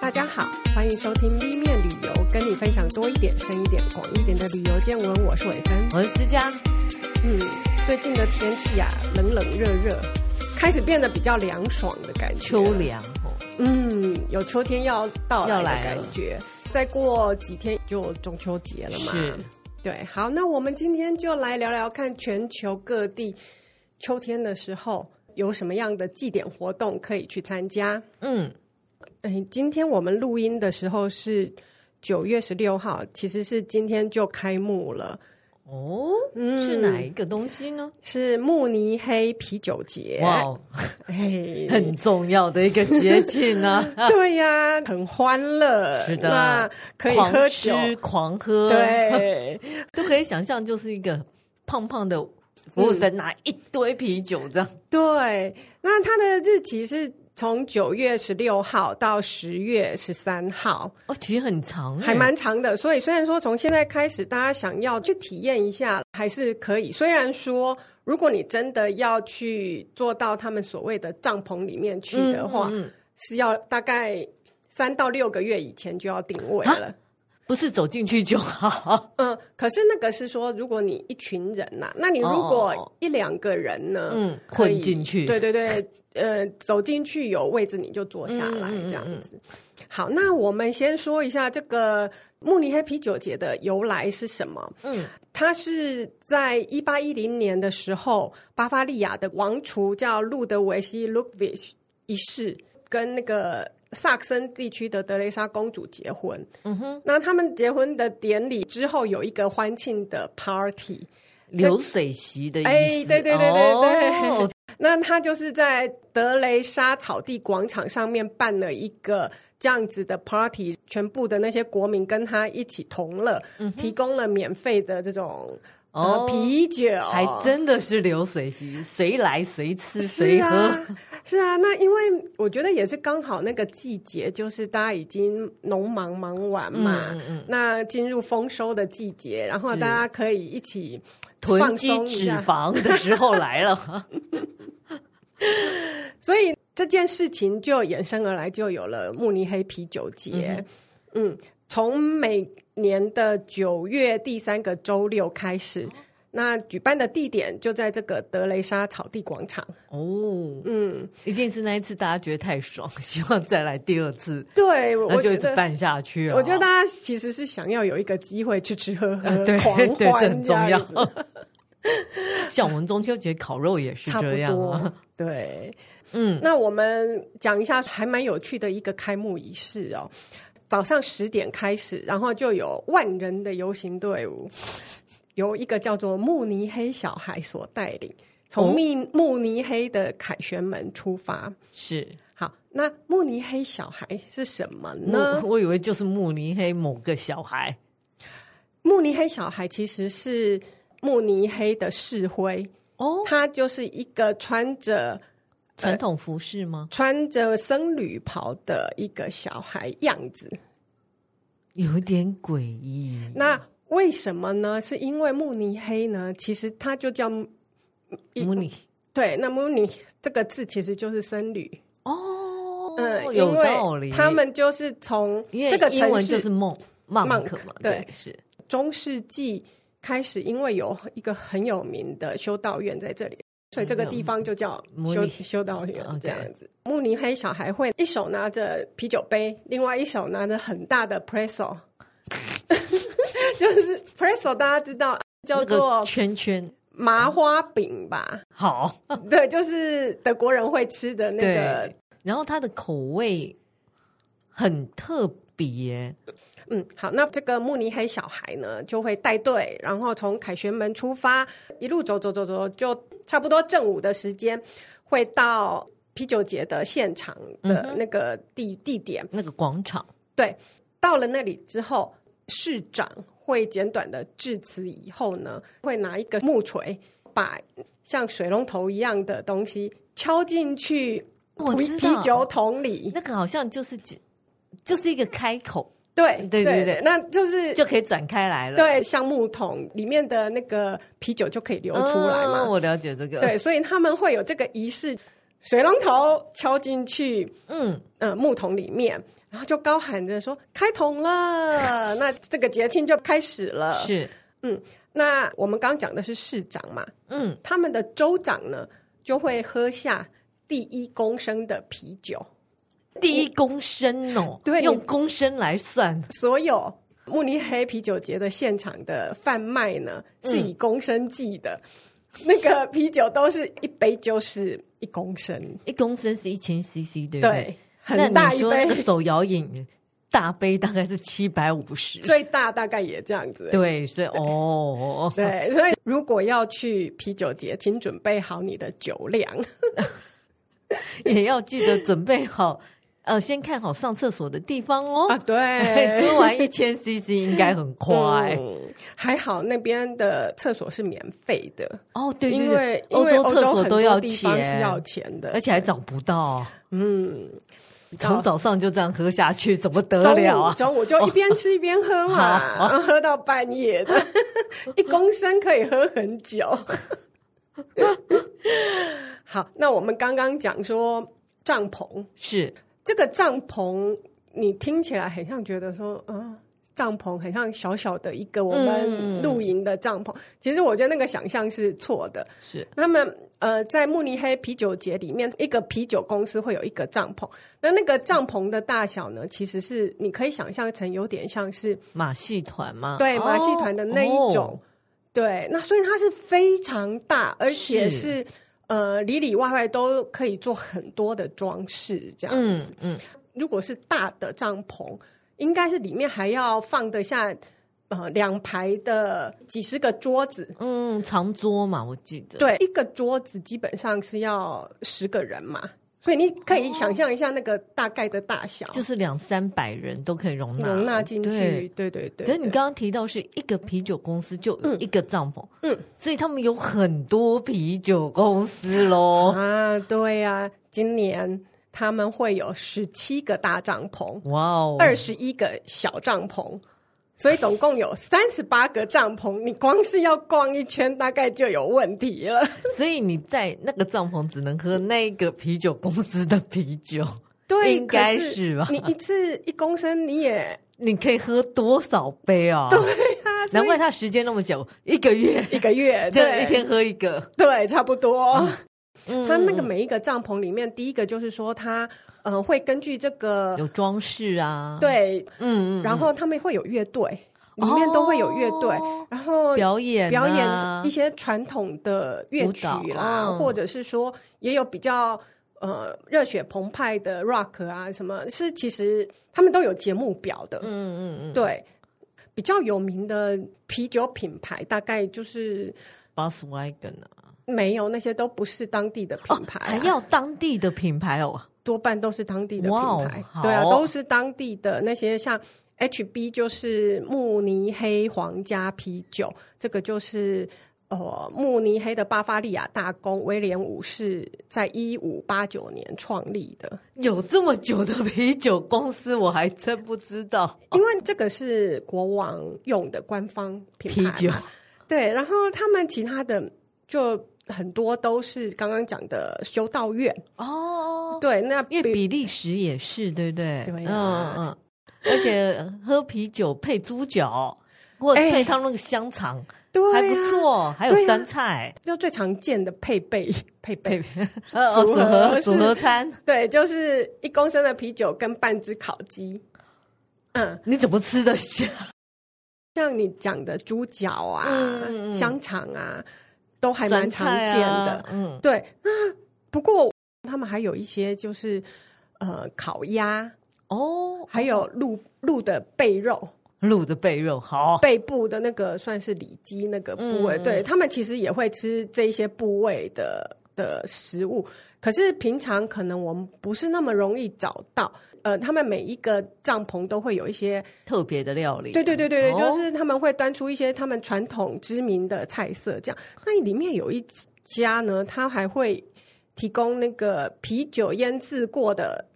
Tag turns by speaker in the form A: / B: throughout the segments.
A: 大家好，欢迎收听 V 面旅游，跟你分享多一点、深一点、广一点的旅游见闻。我是伟芬。
B: 我是思佳，
A: 嗯，最近的天气啊，冷冷热热，开始变得比较凉爽的感觉。
B: 秋，凉哦，
A: 嗯，有秋天要到
B: 要
A: 来
B: 来
A: 的
B: 了
A: 感觉。再过几天就中秋节了嘛。
B: 是
A: 对，好，那我们今天就来聊聊看全球各地秋天的时候有什么样的祭典活动可以去参加。
B: 嗯，
A: 哎，今天我们录音的时候是九月十六号，其实是今天就开幕了，嗯
B: 哦，是哪一个东西呢？
A: 是慕尼黑啤酒节。
B: 哇，哦，
A: 哎，
B: 很重要的一个节庆呢、
A: 对呀、很欢乐，
B: 是的
A: 那可以
B: 狂
A: 喝酒，
B: 吃狂喝，，
A: 对，
B: 都可以想象，就是一个胖胖的服务生拿一堆啤酒这样，
A: 对，那它的日期是从九月十六号到十月十三号，
B: 哦，其实很长，
A: 还蛮长的。所以虽然说从现在开始，大家想要去体验一下，还是可以。虽然说，如果你真的要去做到他们所谓的帐篷里面去的话，
B: 嗯嗯嗯
A: 是要大概三到六个月以前就要定位了。
B: 不是走进去就好，
A: 嗯，可是那个是说，如果你一群人呐、那你如
B: 哦哦
A: 果
B: 哦
A: 一两个人呢，
B: 嗯
A: 可以
B: 混进去
A: 对对对，呃，走进去有位置你就坐下来
B: 嗯嗯嗯嗯
A: 这样子。好，那我们先说一下这个慕尼黑啤酒节的由来是什么？
B: 嗯，
A: 它是在一八一零年的时候，巴伐利亚的王厨叫路德维希 （Ludwig 一世）跟那个萨克森地区的德雷莎公主结婚。嗯哼，那他们结婚的典礼之后有一个欢庆的 party。
B: 流水席的意思，
A: 哎对对对对对
B: 哦
A: 那他就是在德雷莎草地广场上面办了一个这样子的 party，全部的那些国民跟他一起同乐，提供了免费的这种呃
B: 嗯哦
A: 啤酒，
B: 还真的是流水席，谁来谁吃
A: 是
B: 谁喝，
A: 啊，是啊，那因为我觉得也是刚好那个季节，就是大家已经农忙忙完嘛，
B: 嗯嗯
A: 那进入丰收的季节，然后
B: 是
A: 大家可以一起
B: 囤
A: 放
B: 积
A: 松一
B: 脂
A: 下，
B: 肪的时候来 了。
A: 所以这件事情就衍生而来，就有了慕尼黑啤酒节。嗯从每年的九月第三个周六开
B: 哦
A: 始。那举办的地点就在这个德雷莎草地广场。
B: 哦，
A: 嗯，
B: 一定是那一次大家觉得太爽，希望再来第二次，
A: 对，我
B: 那就
A: 觉
B: 一直
A: 得
B: 办下去啊了。
A: 我觉 得大家其实是想要有一个机会吃吃喝喝、
B: 呃对
A: 狂
B: 对，这
A: 欢
B: 很重要
A: 样子，
B: 像我们中秋节烤肉也是
A: 差不
B: 这样啊
A: 多。。对，
B: 嗯，
A: 那我们讲一下还蛮有趣的一个开幕仪式哦。早上十点开始，然后就有万人的游行队伍，由一个叫做慕尼黑小孩所带领，
B: 哦
A: 从密慕尼黑的凯旋门出发。
B: 是
A: 好，那慕尼黑小孩是什么
B: 慕
A: 呢？
B: 我以为就是慕尼黑某个小孩
A: 慕尼黑小孩其实是慕尼黑的市徽，
B: 哦，
A: 他就是一个穿着
B: 传统服饰吗？
A: 穿着僧侣袍的一个小孩样子。
B: 有点诡异。
A: 呃那为什么呢？是因为慕尼黑呢，其实它就叫
B: 慕尼
A: 对，那慕尼这个字其实就是僧侣，
B: 哦，
A: 嗯，因
B: 有
A: 为
B: 道理。
A: 他们就是从
B: 因为
A: 这个
B: 英
A: 城
B: 文
A: 市
B: 就是梦 monk
A: monk，
B: 嘛，
A: 对
B: 对，是
A: 中世纪开始，因为有一个很有名的修道院在这里，所以这个地方就叫
B: 慕
A: 修
B: 尼哦
A: 修道院
B: OK
A: 这样子。慕尼黑小孩会一手拿着啤酒杯，另外一手拿着很大的 presso，就是 presso 大家知道叫
B: 那个
A: 做
B: 圈圈
A: 麻花饼吧？
B: 好。
A: 对，就是德国人会吃的那个
B: 对。然后它的口味很特别，
A: 嗯，好，那这个慕尼黑小孩呢，就会带队，然后从凯旋门出发，一路走走走走，就差不多正午的时间，会到啤酒节的现场
B: 嗯
A: 的那个地、地点。
B: 那个广场
A: 对，到了那里之后，市长会简短的致辞以后呢，会拿一个木锤，把像水龙头一样的东西敲进去
B: 我
A: 啤
B: 知道
A: 啤酒桶里。
B: 那个好像就是几就是一个开口
A: 对
B: 对对对
A: 那就是
B: 就可以转开来
A: 呃
B: 了，
A: 对，橡木桶里面的那个啤酒就可以流
B: 嗯，
A: 出来嘛。
B: 我了解这个，，
A: 对，所以他们会有这个仪式，水龙头敲进去，
B: 嗯，
A: 呃，木桶里面，然后就高喊着说开桶了，那这个节庆就开始了。
B: 是，
A: 那我们刚讲的是市长嘛，
B: 嗯，
A: 他们的州长呢就会喝下第一公升的啤酒。
B: 第一公升哦，
A: 对
B: 用公升来算，
A: 所有慕尼黑啤酒节的现场的贩卖呢，
B: 嗯
A: 是以公升计的。那个啤酒都是一杯就是一公升，
B: 一公升是一千 CC，
A: 对
B: 对不对？，那
A: 很大
B: 你
A: 一
B: 说 那个
A: 杯，
B: 手摇饮大杯大概是七百五十，
A: 最大大概也这样子。
B: 对，所以哦，
A: 对，所以如果要去啤酒节，请准备好你的酒量。
B: 也要记得准备好，呃，先看好上厕所的地方哦。
A: 啊， 对，
B: 喝完一千 CC 应该很快、
A: 嗯还好那边的厕所是免费的，
B: 哦，对对
A: 因
B: 对
A: 为，
B: 欧
A: 因为
B: 洲厕
A: 很
B: 所
A: 多
B: 都要
A: 地方
B: 钱，
A: 是要钱的，
B: 而且还找不到，
A: 嗯，
B: 从早上就这样喝下去，怎么得
A: 中
B: 了
A: 午
B: 啊？
A: 中午就一边吃一边喝 嘛，然后喝到半夜的， 一公升可以喝很久。 好，那我们刚刚讲说帐篷，
B: 是
A: 这个帐篷你听起来很像觉得说，啊，帐篷很像小小的一个我
B: 嗯
A: 们露营的帐篷，其实我觉得那个想象是错的。
B: 是，
A: 他们呃，在慕尼黑啤酒节里面，一个啤酒公司会有一个帐篷。那那个帐篷的大小呢，其实是你可以想象成有点像是
B: 马戏团吗？
A: 对
B: 哦
A: 马戏团的那一种。
B: 哦
A: 对，那所以它是非常大，而且
B: 是
A: 是呃里里外外都可以做很多的装饰这样子。
B: 嗯嗯，
A: 如果是大的帐篷，应该是里面还要放得下呃两排的几十个桌子，
B: 嗯，长桌嘛，我记得。，
A: 对，一个桌子基本上是要十个人嘛，所以你可以想象一下那个大概的大小，
B: 就是两三百人都可以容纳
A: 容纳进去
B: 对。
A: 对对对。
B: 可是你
A: 对
B: 刚刚提到是一个啤酒公司就有一个帐篷，
A: 嗯，
B: 所以他们有很多啤酒公司喽。
A: 啊，对呀、今年他们会有十七个大帐篷，
B: 哇哦，
A: 二十一个小帐篷。所以总共有三十八个帐篷，你光是要逛一圈，大概就有问题了。
B: 所以你在那个帐篷只能喝那个啤酒公司的啤酒，
A: 对，
B: 应该
A: 可是
B: 是吧
A: 你一次一公升，你也
B: 你可以喝多少杯啊？对，
A: 啊，
B: 难怪他时间那么久，一个月，
A: 一个 月
B: 这样
A: 对
B: 一天喝一个。
A: 对，差不多。
B: 嗯
A: 它那个每一个帐篷里面，第一个就是说它，呃，会根据这个
B: 有装饰啊，，
A: 呃对，
B: 嗯嗯，
A: 然后他们会有乐队，里面都会有乐队，
B: 哦
A: 然后
B: 表演啊
A: 表演一些传统的乐曲
B: 舞蹈
A: 啦，
B: 嗯
A: 或者是说也有比较呃热血澎湃的 rock 啊，什么是其实他们都有节目表的，
B: 嗯嗯嗯
A: 对。比较有名的啤酒品牌，大概就是
B: ，Boss Wagon 啊，
A: 没有那些都不是当地的
B: 哦
A: 品牌、啊
B: 还要当地的品牌哦，
A: 多半都是当地的品
B: 哇哦
A: 牌，
B: 好
A: 对啊，
B: 哦
A: 都是当地的那些像 HB 就是慕尼黑皇家啤酒，这个就是呃慕尼黑的巴伐利亚大公威廉五世在一五八九年创立的，
B: 有这么久的啤酒公司，我还真不知道。
A: 因为这个是国王用的官方品牌
B: 啤
A: 嘛
B: 酒，
A: 对，然后他们其他的就很多都是刚刚讲的修道院，
B: 哦，
A: 对，那
B: 因为
A: 比
B: 比利时也是，对不对？
A: 对
B: 嗯
A: 啊
B: 嗯，而且喝啤酒配猪脚，或者
A: 哎
B: 配他那个香肠，
A: 对、啊、
B: 还不，错，还有
A: 对啊
B: 酸菜
A: 就最常见的配备配备
B: 配呃哦
A: 组
B: 组合
A: 合
B: 组
A: 是
B: 合餐。
A: 对，就是一公升的啤酒跟半只烤鸡。嗯，
B: 你怎么吃得下？
A: 像你讲的猪脚啊、
B: 嗯嗯嗯
A: 香肠啊，都还蛮
B: 酸
A: 常
B: 菜
A: 见的。
B: 啊，嗯，
A: 对，那不过他们还有一些就是呃烤鸭，
B: 哦，
A: 还有鹿鹿的背肉、
B: 卤的背肉好，
A: 背部的那个算是里脊那个部位。
B: 嗯嗯
A: 对他们其实也会吃这些部位的。的食物，可是平常可能我们不是那么容易找到。呃，他们每一个帐篷都会有一些
B: 特别的料理。
A: 对对对对对，
B: 哦
A: 就是他们会端出一些他们传统知名的菜色，这样。那里面有一家呢，它还会提供那个啤酒腌制过的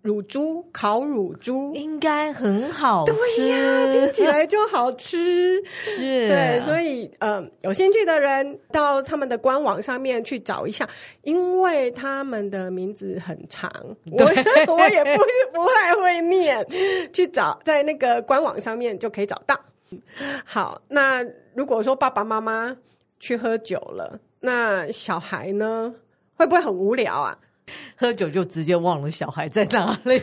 A: 乳猪，烤乳猪，
B: 哦应该很好吃，
A: 听起来就好吃。
B: 是，
A: 对，所
B: 以
A: 以嗯，有兴趣的人到他们的官网上面去找一下，因为他们的名字很长，我我也不不太会念，去找在那个官网上面就可以找到。好，那如果说爸爸妈妈去喝酒了，那小孩呢会不会很无聊啊？
B: 喝酒就直接忘了小孩在哪里。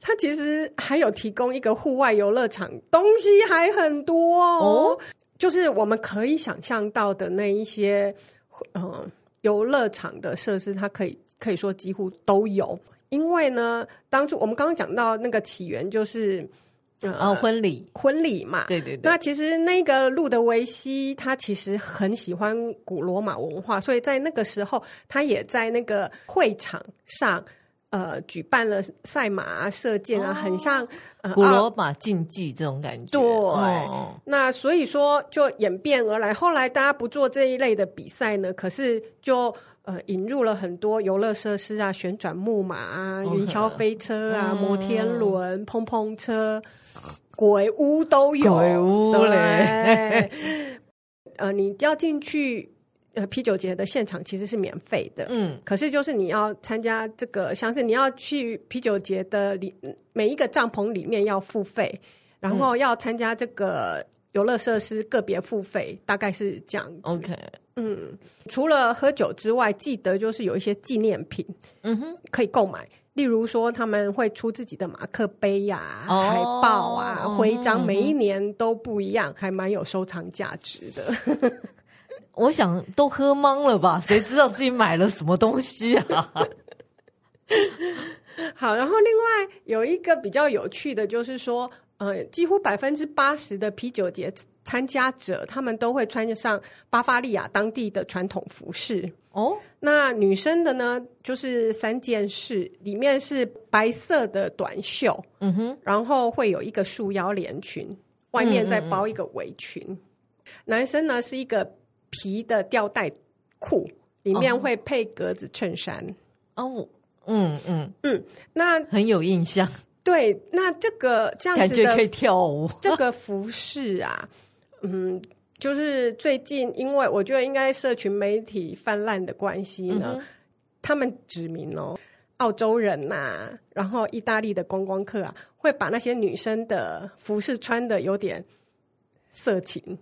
A: 它其实还有提供一个户外游乐场，东西还很多哦。就是我们可以想象到的那一些，呃，游乐场的设施，它可以可以说几乎都有。因为呢，当初我们刚刚讲到那个起源就是，呃，
B: 哦，婚礼，
A: 婚礼嘛，
B: 对对 对，
A: 那其实那个路德维希他其实很喜欢古罗马文化，所以在那个时候，他也在那个会场上。呃，举办了赛马啊、射箭啊，
B: 哦
A: 很像、呃、
B: 古
A: 奥
B: 罗马竞技这种感觉，
A: 对
B: 哦
A: 那所以说就演变而来。后来大家不做这一类的比赛呢，可是就呃引入了很多游乐设施啊，旋转木马啊、
B: 哦
A: 云霄飞车啊、
B: 嗯
A: 摩天轮、碰碰车、鬼屋都有。
B: 鬼屋
A: 对，
B: 嘞
A: 呃，你要进去呃啤酒节的现场其实是免费的，
B: 嗯，
A: 可是就是你要参加这个，像是你要去啤酒节的里每一个帐篷里面要付费，然后要参加这个游乐设施个别付费，大概是这样子。
B: 哦，OK，
A: 嗯，除了喝酒之外，记得就是有一些纪念品
B: 嗯哼，
A: 可以购买。例如说，他们会出自己的马克杯呀、
B: 哦
A: 海报啊、
B: 嗯哼
A: 徽章，
B: 嗯哼
A: 每一年都不一样，还蛮有收藏价值的。
B: 我想都喝懵了吧？谁知道自己买了什么东西啊？
A: 好，然后另外有一个比较有趣的，就是说，呃，几乎百分之八十的啤酒节参加者，他们都会穿上巴伐利亚当地的传统服饰。
B: 哦，
A: 那女生的呢，就是三件式，里面是白色的短袖，
B: 嗯哼，
A: 然后会有一个束腰连裙，外面再包一个围裙。男生呢是一个皮的吊带裤，里
B: 哦
A: 面会配格子衬衫。
B: 啊，我，嗯嗯，
A: 那
B: 很有印象，
A: 对，那这个这样
B: 感
A: 子
B: 觉
A: 的
B: 可以跳舞。
A: 这个服饰啊，嗯，就是最近因为我觉得应该社群媒体泛滥的关系呢，
B: 嗯哼
A: 他们指明哦，澳洲人呐、然后意大利的观光客啊，会把那些女生的服饰穿的有点色情，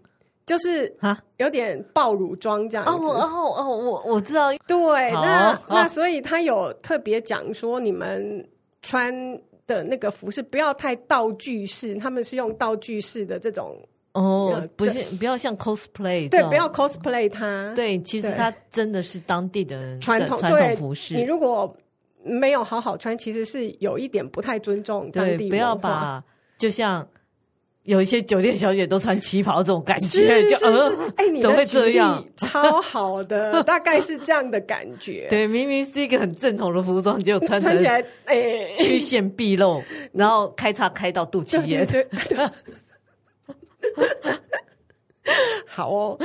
A: 就是
B: 啊，
A: 有点爆乳装这样子。
B: 哦，我哦哦，我我知道，
A: 对，
B: 好
A: 那
B: 好
A: 那所以他有特别讲说，你们穿的那个服饰不要太道具式，他们是用道具式的这种，
B: 哦
A: 呃，
B: 不
A: 对
B: 是，不要像 cosplay，这
A: 对，
B: 种
A: 不要 cosplay 它，
B: 对，其实
A: 对
B: 它真的是当地的人
A: 传
B: 的
A: 统
B: 传
A: 对
B: 统服
A: 你
B: 饰，
A: 如果没有好好穿，其实是有一点不太尊重当
B: 对，
A: 地
B: 不要
A: 文化
B: 把就像有一些酒店小姐都穿旗袍这种感
A: 是
B: 觉，
A: 是，
B: 就是呃，
A: 哎、你
B: 怎么
A: 的
B: 会
A: 举
B: 这
A: 例
B: 样
A: 超好 的，大概是这样的感觉。
B: 对，明明是一个很正统的服装，结果穿
A: 穿起
B: 成
A: 来， 哎、
B: 曲线 毕露，然后开叉开到肚脐
A: 对
B: 眼，
A: 对 对。好哦，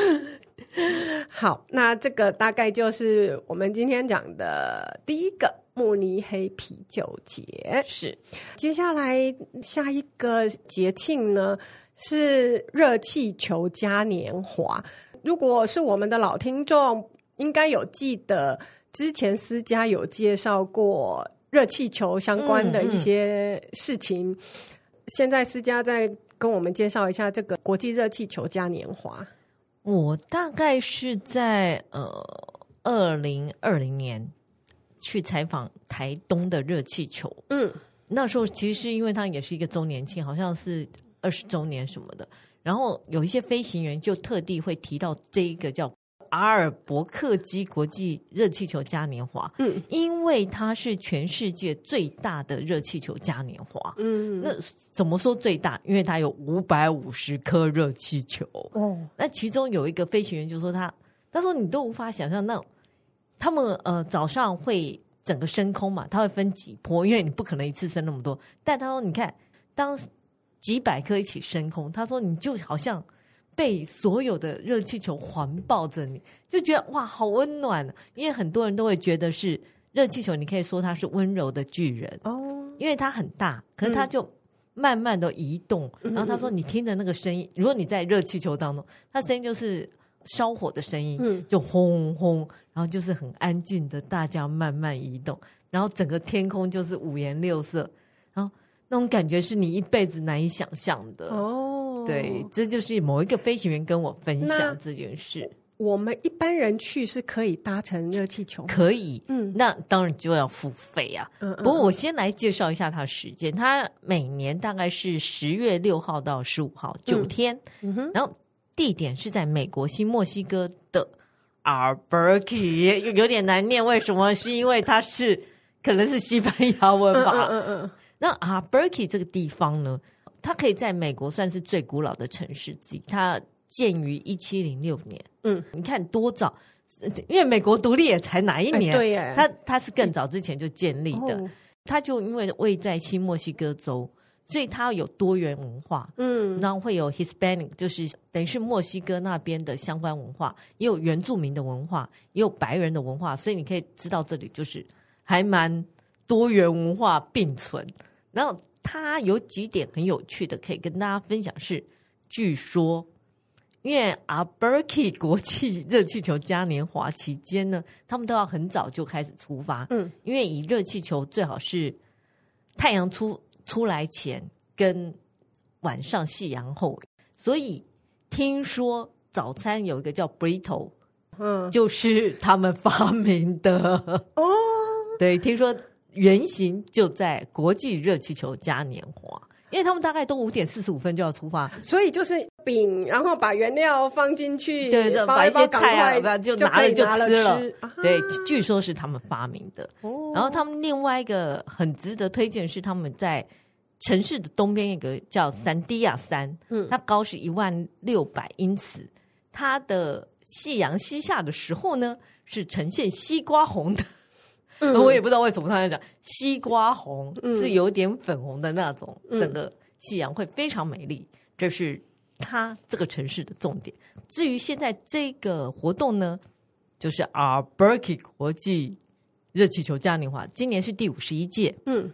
A: 好，那这个大概就是我们今天讲的第一个慕尼黑啤酒节。
B: 是
A: 接下来下一个节庆呢是热气球嘉年华。如果是我们的老听众，应该有记得之前私家有介绍过热气球相关的一些
B: 嗯
A: 事情。现在私家再跟我们介绍一下这个国际热气球嘉年华。
B: 我大概是在呃二零二零年去采访台东的热气球，
A: 嗯，
B: 那时候其实是因为它也是一个周年庆，好像是二十周年什么的。然后有一些飞行员就特地会提到这一个叫阿尔伯克基国际热气球嘉年华，
A: 嗯，
B: 因为它是全世界最大的热气球嘉年华。
A: 嗯，
B: 那怎么说最大？因为它有五百五十颗热气球，
A: 哦，
B: 那其中有一个飞行员就说他，他说你都无法想象那种他们呃早上会整个升空嘛，他会分几波，因为你不可能一次升那么多。但他说你看，当几百颗一起升空，他说你就好像被所有的热气球环抱着你，就觉得哇好温暖、啊，因为很多人都会觉得是热气球，你可以说它是温柔的巨人，
A: 哦，
B: 因为它很大，
A: 嗯
B: 可是它就慢慢的移动。然后他说，你听的那个声音，如果你在热气球当中，它声音就是烧火的声音，
A: 嗯
B: 就轰轰，然后就是很安静的，大家慢慢移动，然后整个天空就是五颜六色，然后那种感觉是你一辈子难以想象的。
A: 哦，
B: 对，这就是某一个飞行员跟我分
A: 那
B: 享这件事，
A: 我们一般人去是可以搭乘热气球吗，
B: 可以。
A: 嗯
B: 那当然就要付费啊。
A: 嗯
B: 不过我先来介绍一下它的时间，它每年大概是十月六号到十五号，九天。
A: 嗯哼，
B: 然后地点是在美国新墨西哥的 Albuquerque，有有点难念，为什么？是因为它是可能是西班牙文
A: 嗯
B: 吧。
A: 嗯嗯嗯，
B: 那 Albuquerque 这个地方呢，它可以在美国算是最古老的城市之一，它建于一七零六年。
A: 嗯，
B: 你看多早，因为美国独立也才哪一
A: 哎
B: 年？
A: 对耶，
B: 它它是更早之前就建立的，
A: 哦
B: 它就因为位在新墨西哥州，所以它有多元文化，
A: 嗯
B: 然后会有 Hispanic，就是等于是墨西哥那边的相关文化，也有原住民的文化，也有白人的文化，所以你可以知道这里就是还蛮多元文化并存。然后它有几点很有趣的，可以跟大家分享是，据说。因为 a b e r k e 国际热气球嘉年华期间呢，他们都要很早就开始出发，
A: 嗯，
B: 因为以热气球最好是太阳出出来前跟晚上夕阳后，所以听说早餐有一个叫 burrito，
A: 嗯
B: 就是他们发明的。
A: 哦，
B: 对，听说原型就在国际热气球嘉年华，因为他们大概都五点四十五分就要出发，
A: 所以就是饼，然后把原料放进去，
B: 对对
A: 包
B: 把一
A: 包
B: 些
A: 赶
B: 菜啊
A: 快
B: 不然就
A: 就
B: 拿
A: 可
B: 了
A: 以
B: 就
A: 拿
B: 吃
A: 了
B: 了
A: 吃，啊
B: 对，据说是他们发明的。
A: 哦
B: 然后他们另外一个很值得推荐是他们在城市的东边有个叫山迪亚山，
A: 嗯
B: 它高是一万六百英尺，它的夕阳西下的时候呢是呈现西瓜红的，
A: 嗯
B: 我也不知道为什么他在讲西瓜红、
A: 嗯
B: 是有点粉红的那种，
A: 嗯
B: 整个夕阳会非常美丽，这是它这个城市的重点。至于现在这个活动呢，就是 a b e r k e 国际热气球嘉年华，今年是第五十一届。
A: 嗯，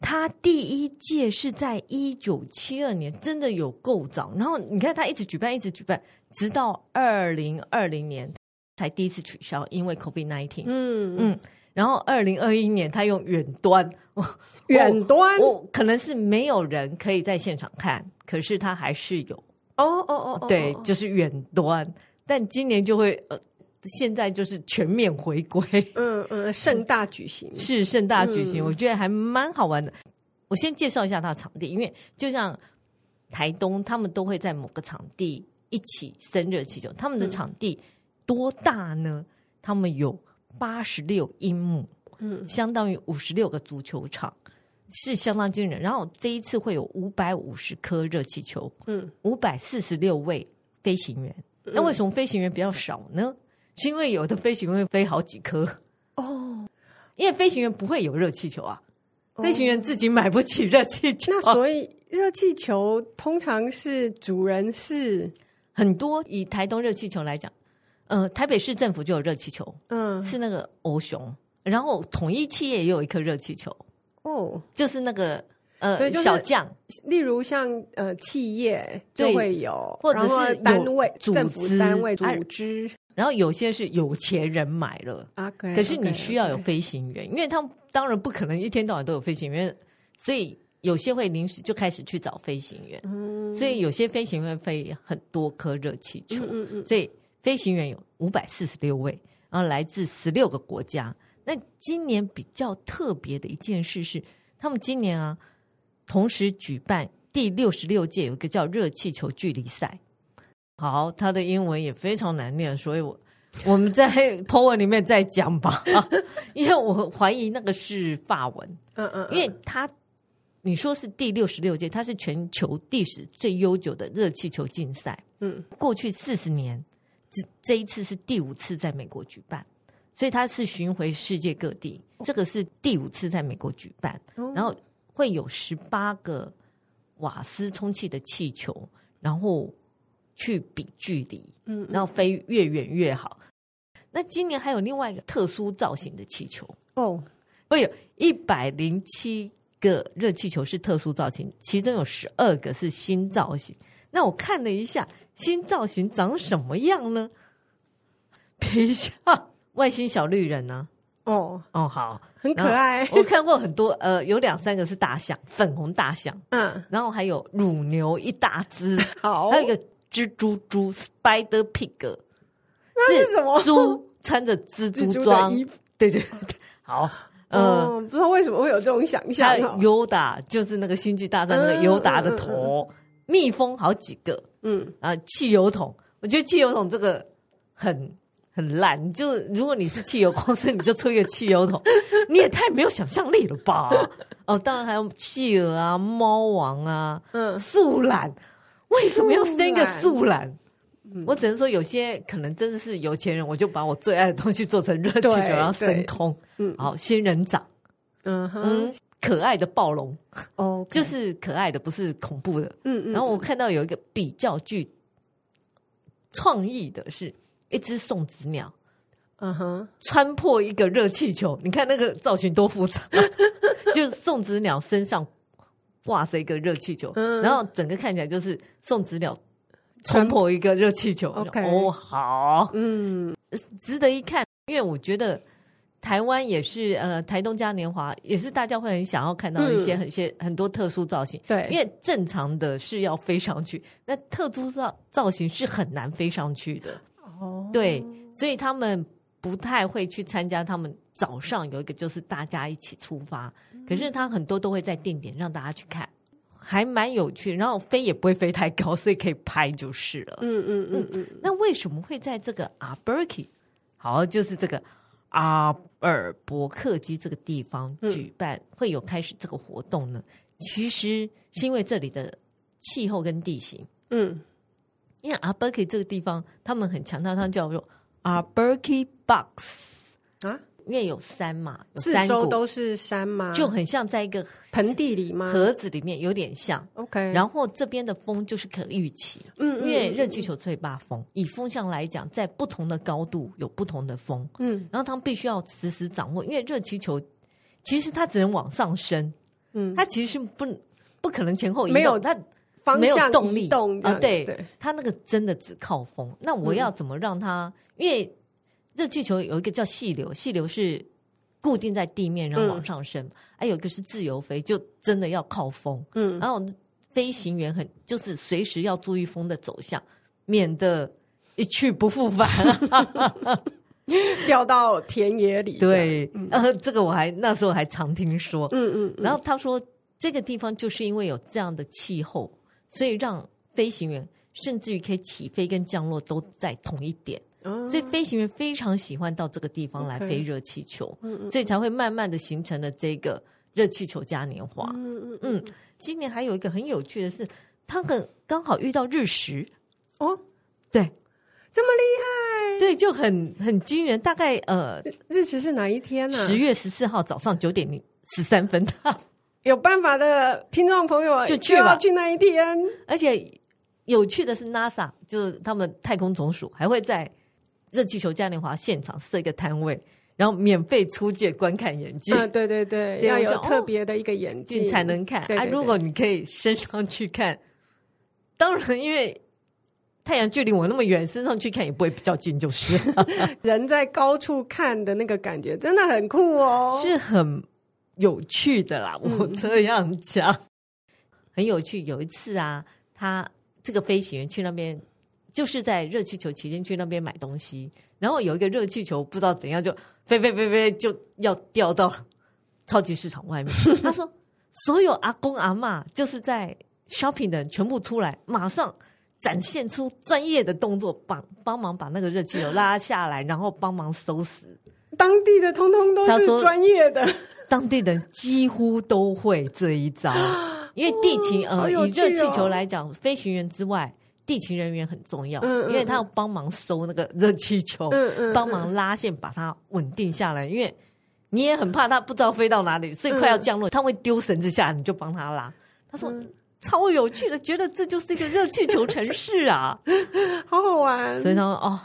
B: 它第一届是在一九七二年，真的有够早。然后你看，它一直举办，一直举办，直到二零二零年才第一次取消，因为 COVID nineteen。
A: 嗯
B: 嗯，然后二零二一年他用远端，我
A: 远端哦
B: 我可能是没有人可以在现场看，可是他还是有，
A: 哦哦哦，
B: 对，
A: 哦
B: 就是远端。但今年就会呃，现在就是全面回归，
A: 嗯嗯，盛大举行，
B: 是盛大举行，
A: 嗯
B: 我觉得还蛮好玩的。我先介绍一下它的场地，因为就像台东，他们都会在某个场地一起生热气球。他们的场地多大呢？他们有八十六英亩，
A: 嗯
B: 相当于五十六个足球场，是相当惊人。然后这一次会有五百五十颗热气球，
A: 嗯
B: 五百四十六位飞行员。那为什么飞行员比较少呢？是因为有的飞行员会飞好几颗，
A: 哦，
B: 因为飞行员不会有热气球啊，
A: 哦
B: 飞行员自己买不起热气球。啊
A: 那所以热气球通常是主人是
B: 很多以台东热气球来讲，呃，台北市政府就有热气球，
A: 嗯
B: 是那个欧熊，然后统一企业也有一颗热气球，
A: 哦，
B: 就是那个
A: 所以
B: 呃
A: 就是
B: 小将
A: 例如像呃企业就
B: 对
A: 会有，
B: 或者
A: 然后
B: 是
A: 单
B: 有
A: 位
B: 组
A: 政府
B: 织
A: 单位组
B: 啊
A: 织
B: 然后有些是有钱人买了，
A: 啊，
B: 哎可是你需要有
A: OK，OK
B: 飞行员，因为他们当然不可能一天到晚都有飞行员，所以有些会临时就开始去找飞行员，所以有些飞行员飞很多颗热气球，
A: 嗯嗯嗯
B: 所以飞行员有五百四十六位，然后来自十六个国家。那今年比较特别的一件事是，他们今年啊，同时举办第六十六届有一个叫热气球距离赛。好，它的英文也非常难念，所以我我们在 po 文里面再讲吧， 因为我怀疑那个是法文，
A: 嗯嗯，
B: 因为它你说是第六十六届，它是全球历史最悠久的热气球竞赛。
A: 嗯
B: 过去四十年，这这一次是第五次在美国举办，所以它是巡回世界各地，这个是第五次在美国举办，
A: 哦
B: 然后会有十八个瓦斯充气的气球，然后去比距离，
A: 嗯嗯
B: 然后飞越远越好。那今年还有另外一个特殊造型的气球，
A: 哦，
B: 会有哎一百零七个热气球是特殊造型，其中有十二个是新造型。那我看了一下，新造型长什么样呢？ 皮下外星小绿人呢、
A: 哦，
B: 哦，好，
A: 很可爱。
B: 我看过很多，呃，有两三个是大象，粉红大象，
A: 嗯，
B: 然后还有乳牛一大只，
A: 好，
B: 还有一个蜘蛛猪 （Spider Pig），
A: 那是什么？
B: 猪穿着蜘
A: 蜘
B: 蛛
A: 蛛的
B: 装，
A: 衣服？
B: 对对对，好，呃，
A: 哦，不知道为什么会有这种想象
B: 还有
A: 哦。
B: 尤达，就是那个星际大战那个尤达的头，蜜蜂好几个
A: 嗯，
B: 啊，汽油桶，我觉得汽油桶这个很很烂，就是如果你是汽油公司，你就出一个汽油 桶，你也太没有想象力了吧？哦，当然还有企鹅啊、猫王啊、
A: 嗯
B: 树懒，为什么要生一个
A: 树嗯
B: 树懒？我只能说，有些可能真的是有钱人，我就把我最爱的东西做成热气球，
A: 对
B: 然后升
A: 对
B: 空。
A: 嗯
B: 好，仙人掌，
A: 嗯哼，
B: 嗯，可爱的暴龙，
A: 哦，
B: 就是可爱的，不是恐怖的。
A: 嗯嗯，
B: 然后我看到有一个比较具创意的是，一只送子鸟
A: 嗯哼，
B: 穿破一个热气球，你看那个造型多复 杂，就是送子鸟身上挂着一个热气球，
A: 嗯
B: 然后整个看起来就是送子鸟冲破一个热气球。
A: 穿
B: 哦，好，
A: 嗯
B: 值得一看，因为我觉得。台湾也是，呃，台东嘉年华也是大家会很想要看到一些
A: 嗯
B: 很些、很多特殊造型，
A: 对，
B: 因为正常的是要飞上去，那特殊造造型是很难飞上去的，
A: 哦，
B: 对，所以他们不太会去参加。他们早上有一个就是大家一起出发，可是他很多都会在定点让大家去看，还蛮有趣。然后飞也不会飞太高，所以可以拍就是了。
A: 嗯嗯嗯嗯，
B: 那为什么会在这个阿伯基，好，就是这个阿尔伯克基这个地方
A: 嗯
B: 举办、会有开始这个活动呢？其实是因为这里的气候跟地形，
A: 嗯，
B: 因为阿伯基这个地方，他们很强调，它叫做阿伯基 box，
A: 啊，
B: 因为有山嘛，有
A: 四
B: 山
A: 周
B: 谷，
A: 都是山吗？
B: 就很像在一个
A: 盆地里吗
B: 盒子里面，有点像。
A: ？OK，
B: 然后这边的风就是可预期，
A: 嗯
B: 因为热气球吹八风，以风向来讲，在不同的高度有不同的风，
A: 嗯
B: 然后他们必须要实时掌握，因为热气球其实它只能往上升，
A: 嗯，
B: 它其实是不不可能前后移动，
A: 没有
B: 它
A: 方
B: 没有
A: 向
B: 动
A: 移
B: 力
A: 动这
B: 啊，
A: 样子
B: 对
A: 对，
B: 它那个真的只靠风。那我
A: 嗯
B: 要怎么让它？因为热气球有一个叫细流，细流是固定在地面，然后往上升；，还、有一个是自由飞，就真的要靠风。
A: 嗯
B: 然后飞行员很就是随时要注意风的走向，免得一去不复 返。
A: 掉到田野里，，
B: 对，呃，这个我还那时候还常听说。
A: 嗯嗯嗯嗯，
B: 然后他说，这个地方就是因为有这样的气候，所以让飞行员甚至于可以起飞跟降落都在同一点，
A: 哦
B: 所以飞行员非常喜欢到这个地方来
A: OK 嗯
B: 飞热气球，所以才会慢慢的形成了这个热气球嘉年华。
A: 嗯嗯
B: 嗯，今年还有一个很有趣的是，他们刚好遇到日食，
A: 哦，
B: 对
A: 这么厉
B: 对，就很很惊人，大概呃
A: 害，日食是哪一天呢？啊
B: 十月十四号早上九点零十三分。
A: 有办法的听众朋友
B: 就去吧
A: 要去那一天，
B: 而且有趣的是，NASA 就是他们太空总署还会在热气球嘉年华现场设一个摊位，然后免费出借观看眼镜。
A: 嗯，对对对，
B: 对
A: 要
B: 我
A: 有
B: 想
A: 特
B: 哦
A: 别的一个眼
B: 你
A: 镜
B: 才能看
A: 对对
B: 啊！
A: 对
B: 如果你可以升上去看，当然因为太阳距离我那么远，升上去看也不会比较近，就是了
A: 人在高处看的那个感觉，真的很酷哦。
B: 是很有趣的啦。我这样讲、嗯 很有趣。有一次啊，他这个飞行员去那边，就是在热气球期间去那边买东西，然后有一个热气球不知道怎样就飞飞飞飞就要掉到超级市场外面。他说， 所有阿公阿嬷就是在 shopping 的人全部出来，马上。展现出专业的动作，帮帮忙把那个热气球拉下来，然后帮忙收拾。
A: 当地的通通都
B: 他
A: 是
B: 说
A: 专业的，
B: 当地人几乎都会这 一招，因为地勤、
A: 哦好
B: 呃，
A: 有
B: 以
A: 趣
B: 热气球
A: 哦
B: 来讲，飞行员之外，地勤人员很重要，
A: 嗯嗯
B: 因为他要帮忙收那个热气球，
A: 嗯嗯，
B: 帮忙拉线把它稳定下来，因为你也很怕它不知道飞到哪里，
A: 嗯
B: 所以快要降落，他会丢绳子下来，你就帮他拉。他说。
A: 嗯
B: 超有趣的，觉得这就是一个热气球城市啊！
A: 好好玩
B: 所。以他说：“哦，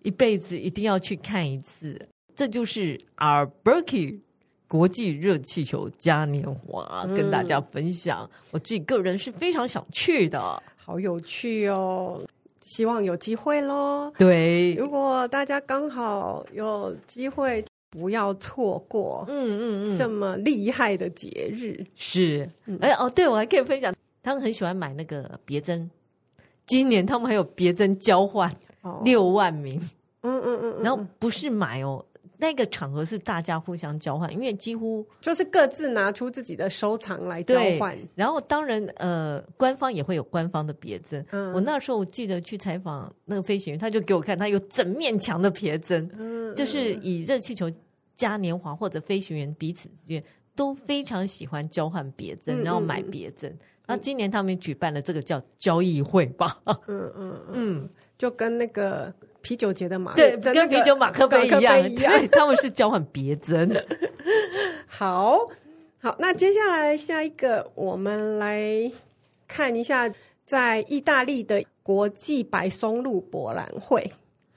B: 一辈子一定要去看一次。这就是 Our Berkey 国际热气球嘉年华，
A: 嗯
B: 跟大家分享。我自己个人是非常想去的，
A: 好有趣哦！希望有机会喽。
B: 对，
A: 如果大家刚好有机会，不要错过
B: 嗯嗯嗯，
A: 这么厉害的节日。
B: 是。
A: 嗯
B: 哎哦，对我还可以分享，他们很喜欢买那个别针，今年他们还有别针交换，
A: 哦，
B: 六万名。
A: 嗯嗯嗯，嗯
B: 然后不是买哦，那个场合是大家互相交换，因为几乎
A: 就是各自拿出自己的收藏来交
B: 对
A: 换。
B: 然后当然呃，官方也会有官方的别针。
A: 嗯
B: 我那时候我记得去采访那个飞行员，他就给我看，他有整面墙的别针，
A: 嗯，
B: 就是以热气球嘉年华或者飞行员彼此之间都非常喜欢交换别针，
A: 嗯
B: 然后买别针。那今年他们举办了这个叫交易会吧？
A: 嗯嗯嗯，
B: 嗯，
A: 就跟那个啤酒节的马
B: 对，
A: 的那
B: 跟
A: 个
B: 啤酒马克杯一样，
A: 一样。
B: 对他们是交换别针。
A: 好好，那接下来下一个，我们来看一下在意大利的国际白松露博览会。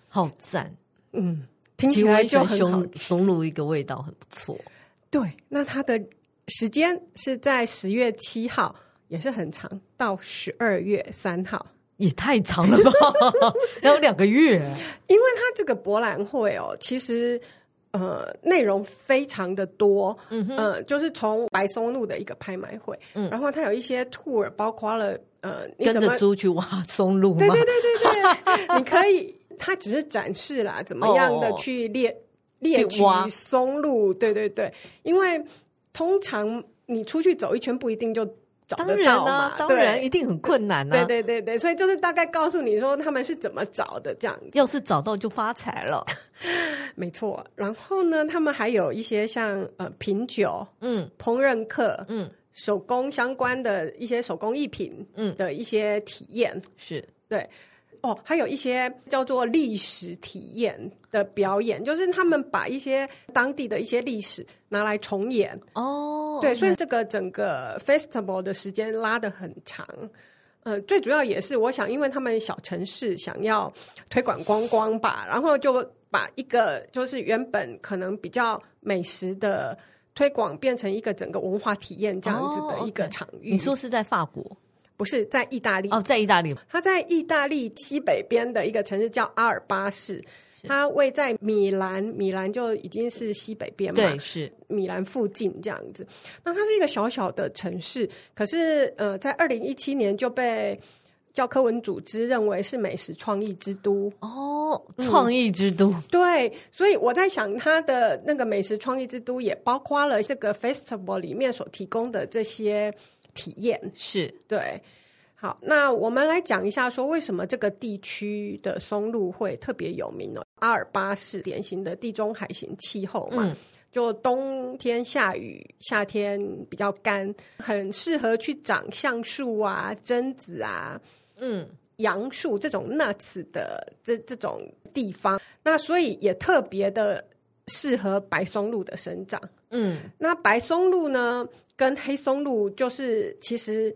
B: 好赞！
A: 嗯，听
B: 其
A: 起
B: 实我
A: 来
B: 也喜
A: 就
B: 欢
A: 很好
B: 松。松露一个味道很不错。
A: 对，那它的时间是在十月七号，也是很长，到十二月三号。
B: 也太长了 吧，要有两个月，
A: 因为它这个博览会哦，其实呃内容非常的多，嗯呃，就是从白松露的一个拍卖会，嗯，然后它有一些 tour，包括了呃你
B: 跟
A: 怎么
B: 着猪去挖松露吗？
A: 对对对对 对，你可以，它只是展示啦，怎么样的
B: 哦
A: 去猎、猎取
B: 去挖
A: 松露，对对对，因为通常你出去走一圈不一定就找
B: 当
A: 得
B: 然
A: 到
B: 啦、
A: 嘛，
B: 当
A: 对
B: 然一定很困难啊啦、
A: 对对对对，所以就是大概告诉你说他们是怎么找的这样子。
B: 要是找到就发财 了。
A: 没错，然后呢，他们还有一些像呃品酒、
B: 嗯
A: 烹饪课、
B: 嗯，
A: 手工相关的一些手工艺品，
B: 嗯
A: 的一些体验，
B: 是
A: 对。哦，还有一些叫做历史体验的表演，就是他们把一些当地的一些历史拿来重演，
B: 哦，
A: 对，所以这个整个 festival 的时间拉得很长。呃，最主要也是我想，因为他们小城市想要推广观光吧，然后就把一个就是原本可能比较美食的推广，变成一个整个文化体验这样子的一个
B: 哦，OK
A: 场域。
B: 你说是在法国
A: 不是在意大利？
B: 哦，在意大利
A: 它在意大利西北边的一个城市叫阿尔巴市，它位在米兰，米兰就已经是西北边嘛。
B: 对是
A: 米兰附近这样子。那它是一个小小的城市，可是呃，在二零一七年就被教科文组织认为是美食创意之都。
B: 哦，创意之都、
A: 对，所以我在想，它的那个美食创意之都也包括了这个 festival 里面所提供的这些体验。
B: 是
A: 对。好，那我们来讲一下，说为什么这个地区的松露会特别有名哦呢？阿尔巴是典型的地中海型气候嘛，
B: 嗯
A: 就冬天下雨，夏天比较干，很适合去长橡树啊、榛子啊、
B: 嗯
A: 杨树这种 nuts 的这这种地方。那所以也特别的适合白松露的生长。
B: 嗯
A: 那白松露呢，跟黑松露就是其实，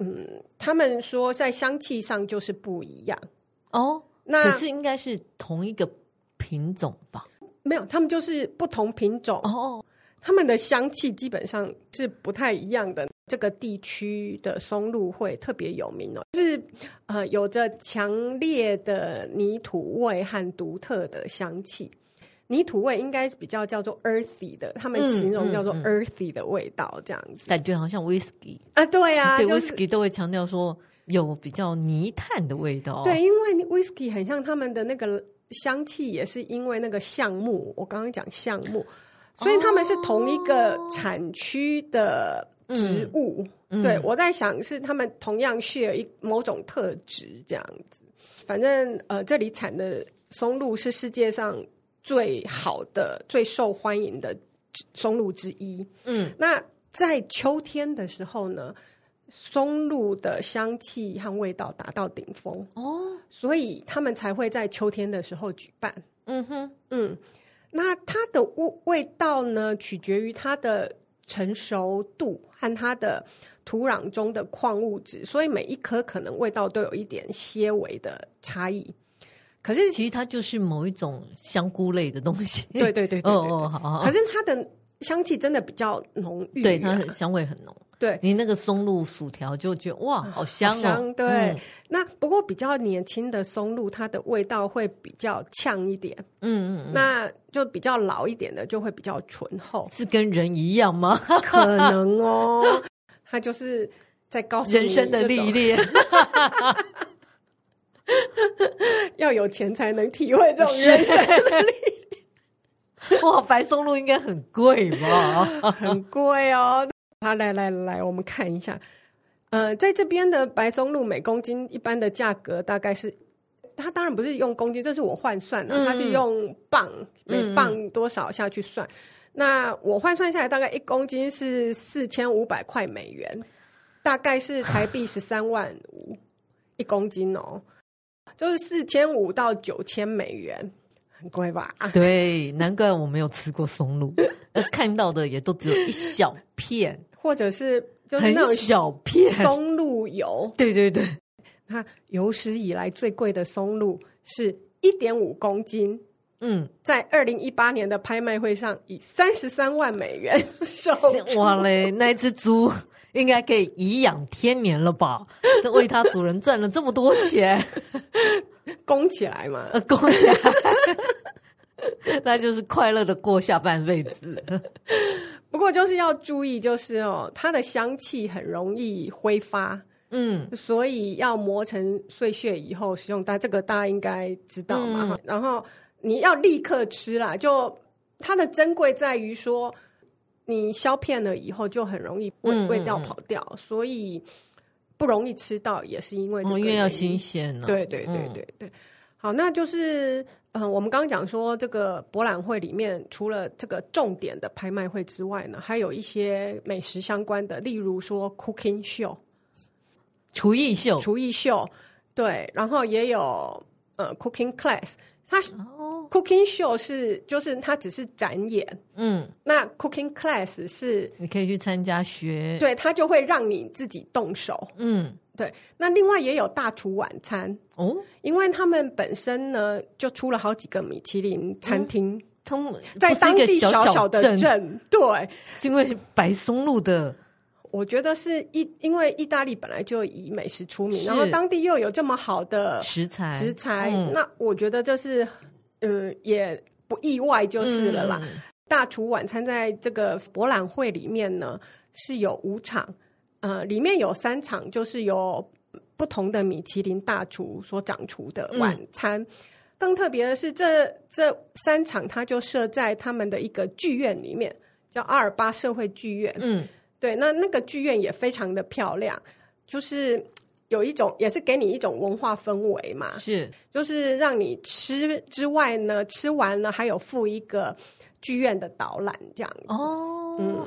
A: 嗯，他们说在香气上就是不一样。
B: 哦，
A: 那
B: 可是应该是同一个品种吧？
A: 没有，他们就是不同品种
B: 哦，
A: 它们的香气基本上是不太一样的。这个地区的松露会特别有名哦，是呃有着强烈的泥土味和独特的香气。泥土味应该比较叫做 earthy 的，他们
B: 嗯
A: 形容叫做
B: 嗯
A: earthy 的味道这样子、
B: 感觉好像 whisky，、
A: 啊，对啊，
B: 对、
A: 就是
B: whisky 都会强调说有比较泥炭的哦味道。
A: 对，因为 whisky 很像他们的那个香气，也是因为那个橡木，我刚刚讲橡木，
B: 哦
A: 所以他们是同一个产区的植物。
B: 嗯
A: 对，我在想是他们同样 share 一某种特质这样子。反正呃，这里产的松露是世界上最好的、最受欢迎的松露之一。
B: 嗯，
A: 那在秋天的时候呢，松露的香气和味道达到顶峰，
B: 哦，
A: 所以他们才会在秋天的时候举办。
B: 嗯哼，
A: 嗯，那它的味味道呢，取决于它的成熟度和它的土壤中的矿物质，所以每一颗可能味道都有一点些微的差异。可是
B: 其实它就是某一种香菇类的东西。
A: 对对对对对
B: 哦哦，好好，好
A: 可是它的香气真的比较浓郁啊、
B: 对它的香味很浓。
A: 对
B: 你那个松露薯条就觉得哇，好香
A: 啊好
B: 哦，
A: 香对、
B: 嗯
A: 那不过比较年轻的松露，它的味道会比较呛一点，
B: 嗯嗯
A: 那就比较老一点的就会比较醇厚
B: 嗯，，是跟人一样吗？
A: 可能 哦，它 就是在告诉你
B: 人生的历
A: 这种
B: 练，
A: 要有钱才能体会这种人生，
B: 哇，白松露应该很贵吧？
A: 很贵哦。 好，来来来，我们看一下，呃，在这边的白松露每公斤一般的价格大概是。它当然不是用公斤，这是我换算的、
B: 嗯
A: 它是用磅，每
B: 嗯嗯
A: 磅多少下去算。那我换算下来，大概一公斤是四千五百块美元，大概是台币十三万五一公斤哦，就是四千五到九千美元，很贵吧？啊
B: 对，难怪我没有吃过松露， 呃，看到的也都只有一小片，
A: 或者是就是
B: 很
A: 那种
B: 小片。
A: 松露油，
B: 对对对，
A: 它有史以来最贵的松露是一点五公斤，
B: 嗯，
A: 在二零一八年的拍卖会上以三十三万美元售出。
B: 哇嘞，那一只猪 应该可以颐养天年了吧？那为它主人赚了这么多钱，
A: 供起来嘛，
B: 呃，供起来， 那就是快乐的过下半辈子。
A: 不过就是要注意，就是哦，它的香气很容易挥发，
B: 嗯，
A: 所以要磨成碎屑以后食用。但这个大家应该知道
B: 嗯
A: 嘛。哈然后你要立刻吃啦，就它的珍贵在于说，你削片了以后就很容易味
B: 嗯嗯
A: 味道跑掉，所以不容易吃到，也是因为这个
B: 哦，因为要
A: 原
B: 新鲜呢、
A: 对对对
B: 嗯
A: 对对。好，那就是嗯、呃我们刚刚讲说，这个博览会里面除了这个重点的拍卖会之外呢，还有一些美食相关的，例如说 cooking show。
B: 厨艺秀
A: 厨艺秀，对，然后也有呃 cooking class。它是
B: 哦，
A: cooking show 是就是它只是展演，
B: 嗯，
A: 那 cooking class 是
B: 你可以去参加学，
A: 对它就会让你自己动手。
B: 嗯，
A: 对，那另外也有大厨晚餐，
B: 哦，
A: 因为他们本身呢就出了好几个米其林餐厅，
B: 他们
A: 在
B: 嗯不是
A: 当
B: 一个
A: 地
B: 小
A: 小的
B: 镇，
A: 镇，对，
B: 是因为白松露的，
A: 我觉得是意，因为意大利本来就以美食出名，
B: 是
A: 然后当地又有这么好的
B: 食材
A: 呃食材，
B: 嗯
A: 那我觉得这是，嗯，也不意外就是了
B: 嗯
A: 啦。大厨晚餐在这个博览会里面呢是有五场，呃，里面有三场就是由不同的米其林大厨所掌厨的
B: 嗯
A: 晚餐。更特别的是这，这三场它就设在他们的一个剧院里面，叫阿尔巴社会剧院。
B: 嗯，
A: 对，那那个剧院也非常的漂亮，就是有一种也是给你一种文化氛围嘛，
B: 是
A: 就是让你吃之外呢，吃完了还有附一个剧院的导览这样子。
B: 哦，
A: 嗯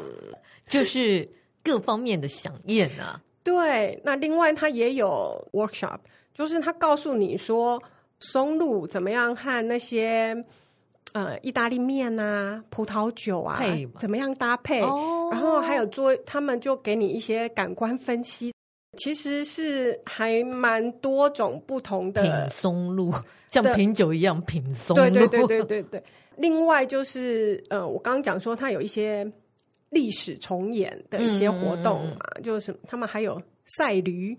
B: 就是各方面的飨宴啊，
A: 对，那另外它也有 workshop，就是它告诉你说松露怎么样和那些呃意大利面啊、葡萄酒啊
B: 配吧
A: 怎么样搭配。
B: 哦
A: 然后还有做，他们就给你一些感官分析，其实是还蛮多种不同的
B: 品，松露，像
A: 的
B: 品酒一样品松露，
A: 对对对对对对。另外就是呃，我刚刚讲说它有一些历史重演的一些活动嘛，
B: 嗯
A: 就是他们还有赛驴。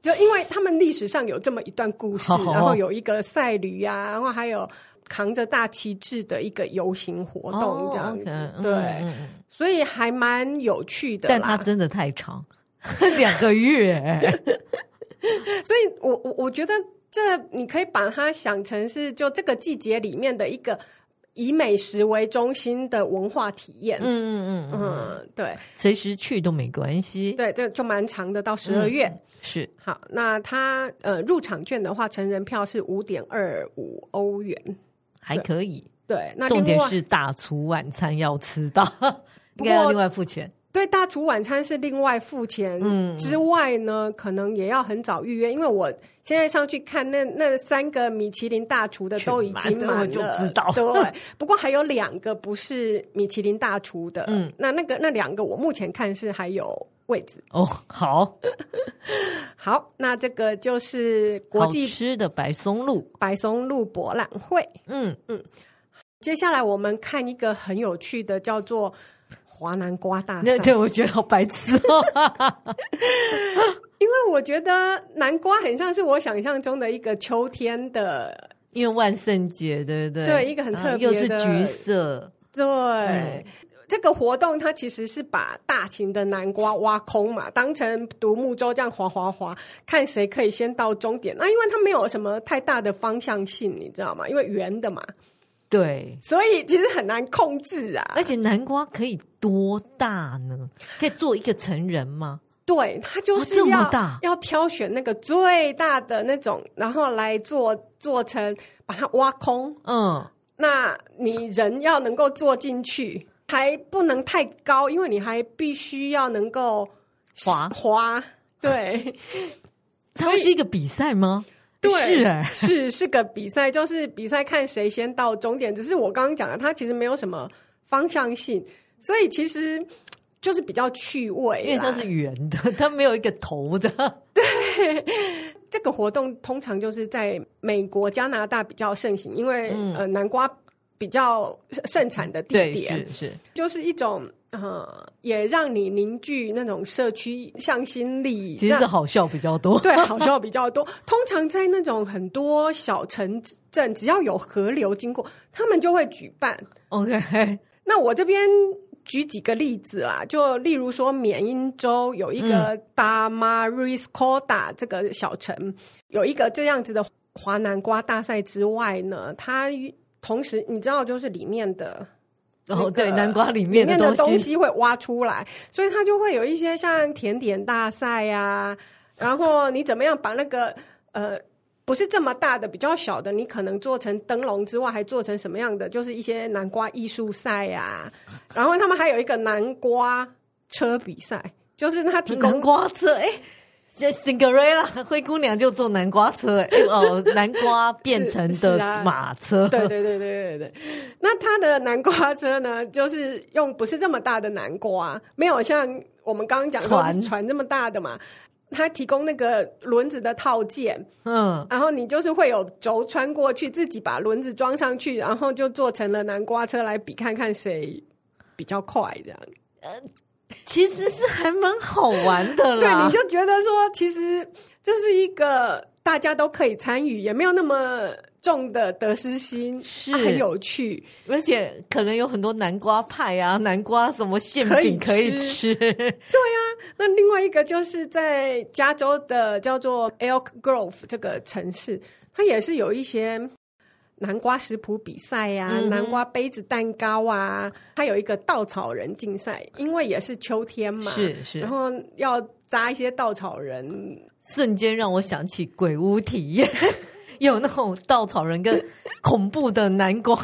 A: 就因为他们历史上有这么一段故事，
B: 好
A: 然后有一个赛驴啊，然后还有扛着大旗帜的一个游行活动
B: 哦
A: 这样子，
B: OK，嗯
A: 对，
B: 嗯嗯
A: 所以还蛮有趣的啦。
B: 但它真的太长， 两 个月、
A: 所以我我我觉得这你可以把它想成是就这个季节里面的一个以美食为中心的文化体验。
B: 嗯嗯嗯嗯，
A: 嗯对
B: 随时去都没关系，
A: 对，这就蛮长的，到十二
B: 嗯
A: 月。
B: 是
A: 好，那它呃入场券的话，成人票是五点二五欧元。
B: 还可以。
A: 对，那
B: 重
A: 另
B: 点
A: 外
B: 是大厨晚餐要吃到，应该要另外付钱。
A: 对大厨晚餐是另外付钱，
B: 嗯
A: 之外呢，可能也要很早预约，因为我现在上去看那那三个米其林大厨的都已经
B: 全满
A: 满了，
B: 了我就知道
A: 对，不过还有两个不是米其林大厨的，
B: 嗯
A: 那那个那两个我目前看是还有。位置。
B: 哦，好，
A: 好，那这个就是国
B: 好
A: 际
B: 吃的白松露，
A: 白松露博览会。
B: 嗯，
A: 接下来我们看一个很有趣的，叫做华南瓜大
B: 那
A: 赛。
B: 对我觉得好白痴哦，
A: 因为我觉得南瓜很像是我想象中的一个秋天的，
B: 因为万圣节，对不对？
A: 对一个很
B: 然
A: 特
B: 后
A: 别
B: 又是
A: 的
B: 橘色，
A: 对。
B: 嗯
A: 这个活动它其实是把大型的南瓜挖空嘛，当成独木舟这样划划划，看谁可以先到终点。那因为它没有什么太大的方向性，你知道吗？因为圆的嘛，
B: 对。
A: 所以其实很难控制啊。
B: 而且南瓜可以多大呢？可以做一个成人吗？
A: 对，它就
B: 哇
A: 是
B: 这么
A: 要、
B: 大
A: 要挑选那个最大的那种，然后来做做成，把它挖空。
B: 嗯，
A: 那你人要能够坐进去，还不能太高，因为你还必须要能够
B: 滑
A: 滑。 对，
B: 它会是一个比赛吗？
A: 对
B: 是哎、
A: 是是个比赛，就是比赛看谁先到终点。只是我刚刚讲的，它其实没有什么方向性，所以其实就是比较趣味啦。
B: 因为它是圆的， 它没有一个 头的。
A: 这个活动通常就是在美国、加拿大比较盛行，因为、呃南瓜比较盛产的地
B: 嗯对，
A: 点，
B: 是是，
A: 就是一种呃，也让你凝聚那种社区向心力。
B: 其实是
A: 让
B: 好笑比 较多。
A: 对好笑比较多，通常在那种很多小城镇，只要有河流经过，他们就会举办。
B: OK，
A: 那我这边举几个例子啦，就例如说缅因州有一个
B: 嗯
A: Damariscoda 这个小城，有一个这样子的华南瓜大赛之外呢，它同时你知道就是里面的。
B: 然
A: 那
B: 后
A: 个
B: 哦对南瓜
A: 里
B: 里面
A: 面
B: 的
A: 的
B: 东
A: 东
B: 西，
A: 西会挖出来，所以它就会有一些像甜点大赛呀、然后你怎么样把那个呃不是这么大的比较小的，你可能做成灯笼之外，还做成什么样的？就是一些南瓜艺术赛呀、然后他们还有一个南瓜车比赛，就是他提
B: 南
A: 供
B: 瓜车 哎。这 Cinderella 灰姑娘就坐南瓜车、哎 哦，南瓜变成
A: 是
B: 的
A: 是啊
B: 马 车，
A: 对对对对对对。那它的南瓜车呢，就是用不是这么大的南瓜，没有像我们刚刚讲说
B: 船
A: 船这么大的嘛。它提供那个轮子的套件，
B: 嗯，
A: 然后你就是会有轴穿过去，自己把轮子装上去，然后就做成了南瓜车来比，看看谁比较快这样。
B: 其实是还蛮好玩的
A: 对，
B: 啦。
A: 你就觉得说，其实这是一个大家都可以参与，也没有那么重的得失心，
B: 是
A: 啊很有趣。
B: 而且可能有很多南瓜派啊，南瓜什么馅
A: 可以
B: 饼可以吃，
A: 吃那另外一个就是在加州的叫做 Elk Grove 这个城市，它也是有一些南瓜食谱比赛呀、
B: 嗯哼
A: 南瓜杯子蛋糕啊，它有一个稻草人竞赛，因为也是秋天嘛，
B: 是是
A: 然后要扎一些稻草人，
B: 瞬间让我想起鬼屋体验， 有那种稻草人跟恐怖的南瓜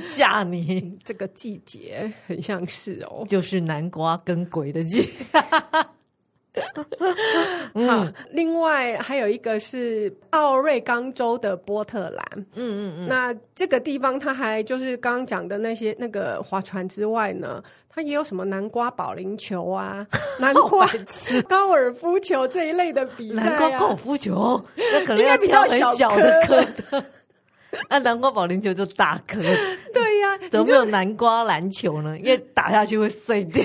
B: 吓你，
A: 这个季节很像是哦。
B: 就是南瓜跟鬼的季。
A: 好，
B: 嗯
A: 另外还有一个是奥瑞冈州的波特兰，
B: 嗯嗯嗯，
A: 那这个地方，它还就是刚刚讲的那些那个划船之外呢，它也有什么南瓜保龄球 啊、南瓜高尔夫球这一类的比赛、啊。
B: 南瓜高尔夫球那可能
A: 应
B: 要
A: 该
B: 挑很
A: 比较小
B: 小的
A: 颗
B: 颗的， 那南瓜保龄球就大 颗的，
A: 对呀、
B: 怎么没有南瓜篮球呢？因为打下去会碎掉，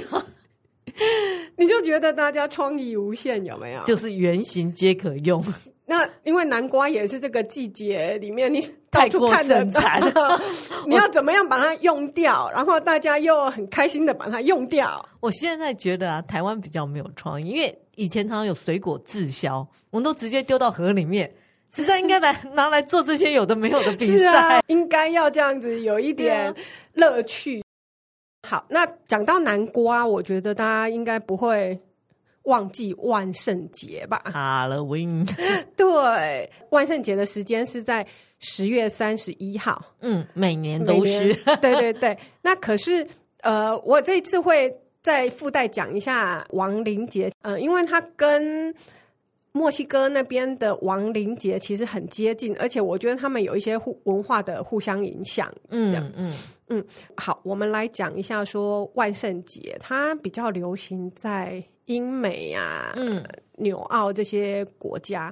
A: 你就觉得大家创意无限，有没有？
B: 就是圆形皆可用。
A: 那因为南瓜也是这个季节里面你到
B: 太
A: 处
B: 过
A: 看得
B: 盛产，
A: 到， 你要怎么样把它用掉，然后大家又很开心的把它用掉。
B: 我现在觉得啊，台湾比较没有创意，因为以前常常有水果滞销，我们都直接丢到河里面，实在应该来拿来做这些有的没有的 比
A: 是
B: 赛。啊
A: 啊，应该要这样子，有一点乐趣。好，那讲到南瓜，我觉得大家应该不会忘记万圣节吧？
B: 哈了 win，
A: 对，万圣节的时间是在十月三十一号，
B: 嗯，每年
A: 每
B: 都
A: 年
B: 是
A: 对对对，那可是呃，我这一次会再附带讲一下亡灵节，呃，因为它跟墨西哥那边的亡灵节其实很接近，而且我觉得他们有一些互文化的互相影响。这样
B: 嗯嗯，
A: 好，我们来讲一下说万圣节，它比较流行在英美啊、
B: 嗯
A: 纽澳这些国家，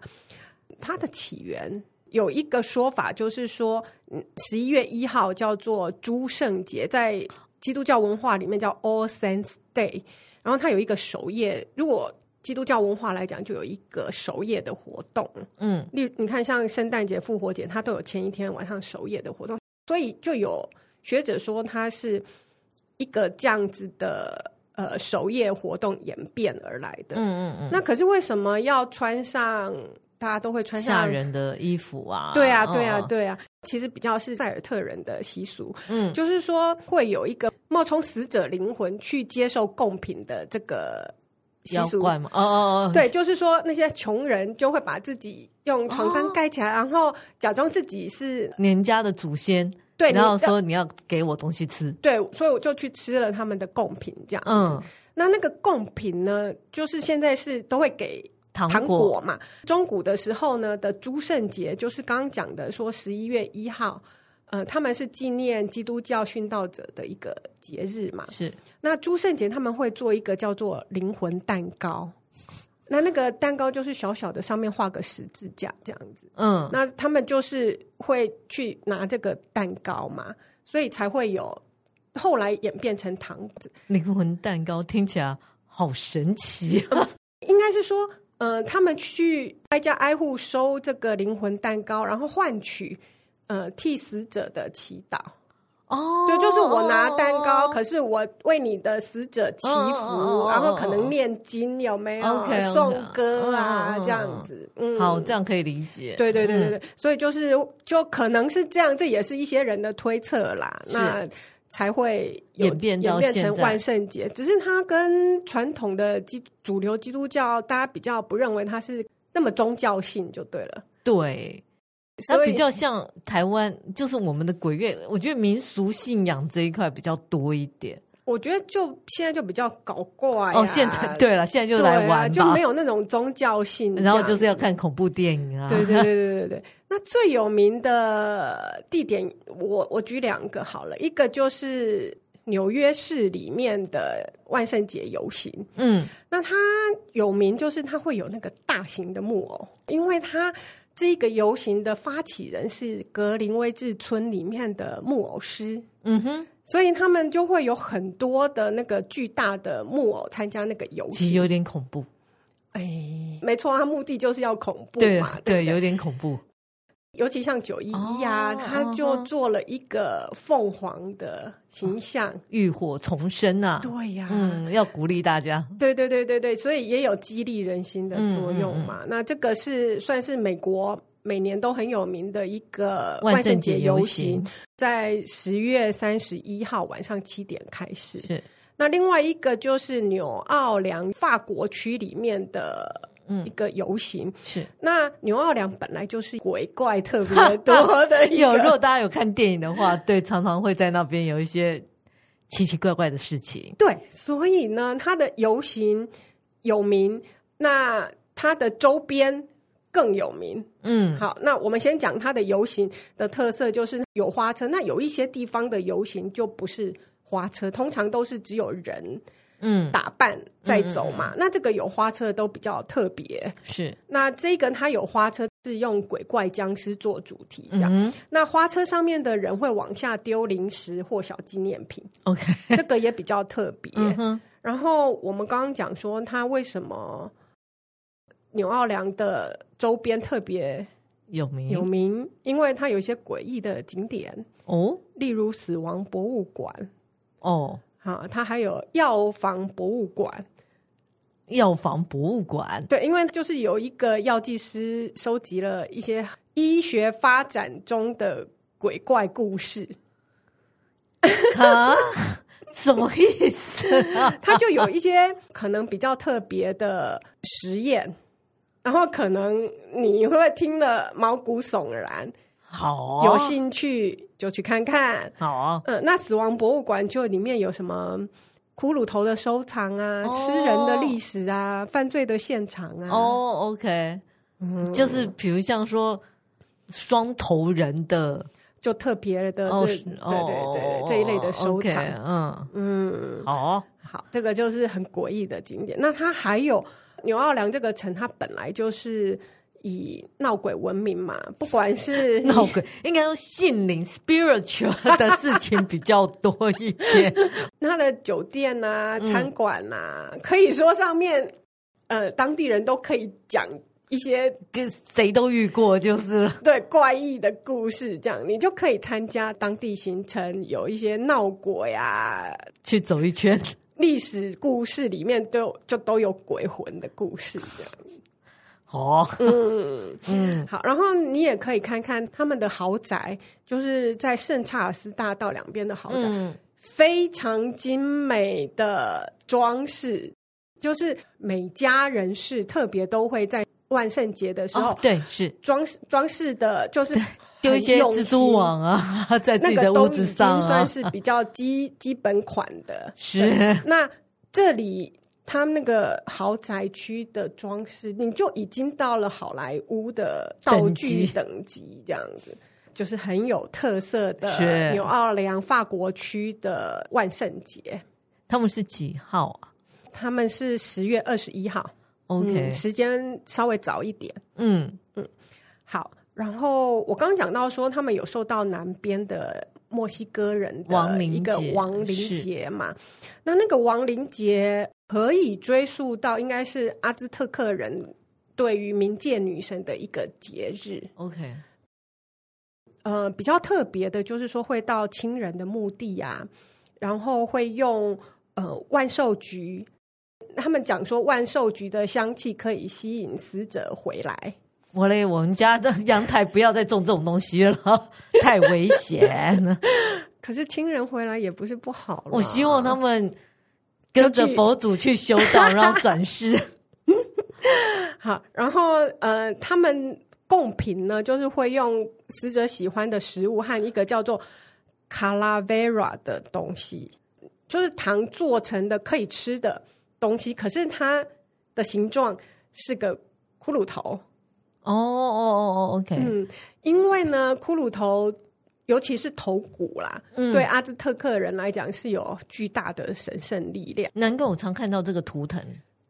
A: 它的起源有一个说法，就是说，嗯十一月一号叫做诸圣节，在基督教文化里面叫 All Saints Day，然后它有一个守夜，如果基督教文化来讲，就有一个守夜的活动。
B: 嗯，
A: 例如你看，像圣诞节、复活节，它都有前一天晚上守夜的活动，所以就有学者说它是一个这样子的呃守夜活动演变而来的。
B: 嗯嗯
A: 那可是为什么要穿上？大家都会穿
B: 嗯，吓
A: 上。
B: 人的衣服啊，
A: 对啊，对啊，
B: 嗯，
A: 对啊，其实比较是塞尔特人的习俗，
B: 嗯
A: 就是说会有一个冒充死者灵魂去接受贡品的这个习
B: 妖
A: 俗。
B: 怪嘛，哦哦哦，
A: 对，就是说那些穷人就会把自己用床单盖起来，然后假装自己是
B: 人家的祖先，
A: 对，
B: 嗯然后
A: 你知道
B: 说你要给我东西吃，
A: 对，所以我就去吃了他们的贡品，这样。
B: 嗯，
A: 那那个贡品呢，就是现在是都会给
B: 糖
A: 糖果嘛。中古的时候呢的诸圣节，就是刚刚讲的说十一月一号，呃，他们是纪念基督教殉道者的一个节日嘛。
B: 是
A: 那诸圣节他们会做一个叫做灵魂蛋糕，那那个蛋糕就是小小的，上面画个十字架这样子。
B: 嗯
A: 那他们就是会去拿这个蛋糕嘛，所以才会有后来演变成糖果。
B: 灵魂蛋糕听起来好神奇啊，
A: 应该是说，呃，他们去挨家挨户收这个灵魂蛋糕，然后换取呃替死者的祈祷。
B: 哦，
A: 对，就是我拿蛋糕，
B: 哦
A: 可是我为你的死者祈福，
B: 哦哦哦哦
A: 然后可能念经有没有
B: OK，OK，
A: 颂歌啊
B: 嗯嗯嗯嗯
A: 这样子。嗯，
B: 好，嗯这样可以理解，
A: 对对对对对，所以就是就可能是这样，这也是一些人的推测啦。
B: 是
A: 那才会有
B: 演变到
A: 演
B: 现
A: 成
B: 在
A: 万圣节，只是它跟传统的基主流基督教，大家比较不认为它是那么宗教性就对了。
B: 对，它
A: 所以
B: 比较像台湾，就是我们的鬼月，我觉得民俗信仰这一块比较多一点。
A: 我觉得就现在就比较搞怪、啊、
B: 哦，现在 对了，现在就
A: 对
B: 来
A: 啊，
B: 玩
A: 就
B: 吧
A: 没，有那种宗教 性，
B: 然后就是
A: 这样
B: 要
A: 子
B: 看恐怖电影啊，
A: 对对对对对 对。那最有名的地点，我我举两个好了，一个就是纽约市里面的万圣节游行。
B: 嗯，
A: 那它有名就是它会有那个大型的木偶，因为它这个游行的发起人是格林威治村里面的木偶师。
B: 嗯哼，
A: 所以他们就会有很多的那个巨大的木偶参加那个游
B: 其实
A: 行，
B: 有点恐怖，
A: 哎，没错，它目的就是要恐怖
B: 对
A: 嘛，
B: 对，
A: 不对
B: 有点恐怖，
A: 尤其像九一一啊，
B: 哦
A: 他就做了一个凤凰的形象。
B: 浴火重生啊，
A: 对呀、
B: 哦嗯，要鼓励大家，
A: 对对对对对，所以也有激励人心的作用嘛。
B: 嗯
A: 那这个是算是美国每年都很有名的一个
B: 万
A: 圣
B: 圣
A: 节
B: 节
A: 游
B: 游
A: 行
B: 行，
A: 在十月三十一号晚上七点开始。
B: 是
A: 那另外一个就是纽奥良法国区里面的
B: 嗯
A: 一个游行。
B: 是。
A: 那纽奥良本来就是鬼怪特别多的一个
B: 有，如果大家有看电影的话，对，常常会在那边有一些奇奇怪怪的事情。
A: 对，所以呢，它的游行有名，那它的周边更有名。
B: 嗯，
A: 好，那我们先讲它的游行的特色，就是有花车。那有一些地方的游行就不是花车，通常都是只有人
B: 嗯，
A: 打扮在走嘛。那这个有花车的都比较特别。
B: 是，
A: 那这个它有花车是用鬼怪僵尸做主题，这样。
B: 嗯
A: 那花车上面的人会往下丢零食或小纪念品，
B: ，OK，
A: 这个也比较特别。
B: 嗯哼，
A: 然后我们刚刚讲说，它为什么呃纽奥良的周边特别
B: 有名
A: 有名？因为它有一些诡异的景点，
B: 哦
A: 例如死亡博物馆，
B: 哦，
A: 啊，它还有药房博物馆。
B: 药房博物 馆，
A: 对，因为就是有一个药剂师收集了一些医学发展中的鬼怪故事，
B: 啊，什么意思 啊？
A: 它就有一些可能比较特别的实 验。然后可能你会听了毛骨悚然，
B: 好啊
A: 有，兴趣就去看看。
B: 好啊，
A: 嗯，那死亡博物馆就里面有什么骷髅头的收藏啊、
B: 哦
A: 吃人的历史啊、犯罪的现场啊。嗯
B: 哦，OK，就是比如像说双头人的
A: 就特别的这、
B: 哦，
A: 呃对
B: 是
A: 对
B: 哦
A: 对这一类的收藏。
B: OK，嗯，
A: 嗯，
B: 好哦，
A: 好，这个就是很诡异的景点。那它还有纽奥良这个城，它本来就是以闹鬼闻名嘛，不管是
B: 闹鬼应该说心灵 spiritual 的事情比较多一点。
A: 它的酒店呐、餐馆呐、可以说上面呃当地人都可以讲一些
B: 跟谁都遇过就是了。
A: 对怪异的故事，这样你就可以参加当地行程，有一些闹鬼啊、
B: 去走一圈，
A: 历史故事里面都就都有鬼魂的故事这样。
B: 哦，
A: 嗯，
B: 嗯，
A: 好，然后你也可以看看他们的豪宅，就是在圣查尔斯大道两边的豪宅，
B: 嗯，
A: 非常精美的装饰，就是每家人士特别都会在万圣节的时候。
B: 哦，对，是
A: 装饰装饰的，就是
B: 丢一些
A: 很用
B: 蜘
A: 心
B: 蛛网啊， 在自
A: 那
B: 己
A: 个
B: 的
A: 都
B: 屋
A: 已经
B: 子上啊
A: 算，是比较基基本款的。
B: 是
A: 那这里他们那个豪宅区的装饰，你就已经到了好莱坞的道具
B: 等级
A: 等级这样子。就是很有特色的
B: 是
A: 纽奥良法国区的万圣节，
B: 他们是几号啊
A: 他们是十月二十一号嗯，
B: ？OK，
A: 时间稍微早一点。
B: 嗯，
A: 好，然后我刚刚讲到说，他们有受到南边的墨西哥人
B: 亡
A: 的
B: 灵
A: 一个
B: 节
A: 亡灵
B: 是
A: 节嘛，那那个亡灵节可以追溯到应该是阿兹特克人对于冥界女神的一个节日。
B: OK，
A: 呃，比较特别的就是说会到亲人的墓地啊，然后会用呃万寿菊。他们讲说，万寿菊的香气可以吸引死者回来。
B: 我嘞，我们家的阳台不要再种这种东西了， 太危 险了。
A: 可是亲人回来也不是不好啦。
B: 我希望他们跟
A: 就
B: 着
A: 去
B: 佛祖去修 道，然后转世。
A: 好，然后呃，他们贡品呢，就是会用死者喜欢的食物和一个叫做卡拉维 a 的东西，就是糖做成的可以吃的东西，可是它的形状是个骷髅头。
B: 哦哦哦哦，OK，
A: 嗯，因为呢，骷髅头。尤其是头骨啦，
B: 嗯
A: 对阿兹特克人来讲是有巨大的神圣力量。
B: 难怪我常看到这个图腾，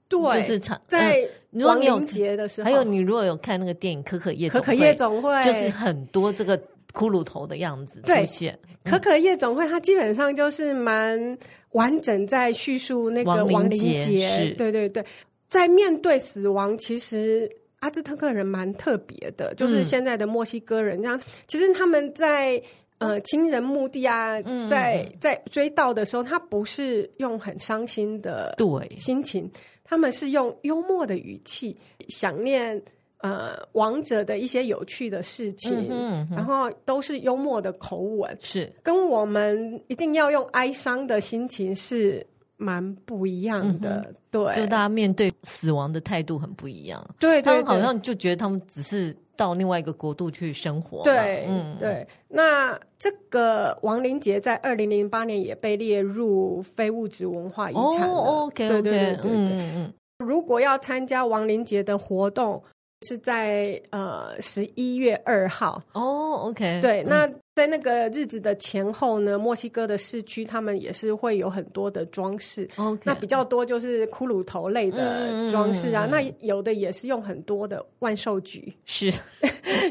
A: 对，
B: 就是常嗯
A: 在
B: 如果
A: 亡
B: 你有
A: 灵节的时候，
B: 还有你如果有看那个电影《可可夜
A: 可
B: 总
A: 可
B: 会
A: 夜总会
B: 就是很多这个骷髅头的样子
A: 对
B: 出现，
A: 可可夜总会，它基本上就是蛮完整在叙述那个
B: 亡灵
A: 亡灵
B: 节
A: 节
B: 是，
A: 对对对，在面对死亡，其实。阿兹特克人蛮特别的，就是
B: 嗯
A: 现在的墨西哥人这样。其实他们在呃亲人墓地啊，
B: 嗯
A: 在在追悼的时候，他不是用很伤心的
B: 对，
A: 心情，他们是用幽默的语气想念呃亡者的一些有趣的事情，
B: 嗯哼嗯哼
A: 然后都是幽默的口吻，
B: 是
A: 跟我们一定要用哀伤的心情是蛮不一样
B: 嗯
A: 的。对，
B: 就大家面对死亡的态度很不一样，
A: 对
B: 他
A: 对
B: 们好
A: 对
B: 像就觉得他们只是到另外一个国度去生活嘛，嗯
A: 对，对。那这个亡灵节在二零零八年也被列入非物质文化遗
B: 哦
A: 产了。
B: ，OK
A: 对
B: OK，
A: 对对对对
B: 嗯嗯嗯，
A: 如果要参加亡灵节的活动，是在呃十一月二号。
B: 哦，OK，
A: 对，
B: 嗯
A: 那在那个日子的前后呢，墨西哥的市区他们也是会有很多的装饰。
B: OK，
A: 那比较多就是骷髅头类的装饰啊，
B: 嗯嗯嗯嗯
A: 那有的也是用很多的万寿菊
B: 是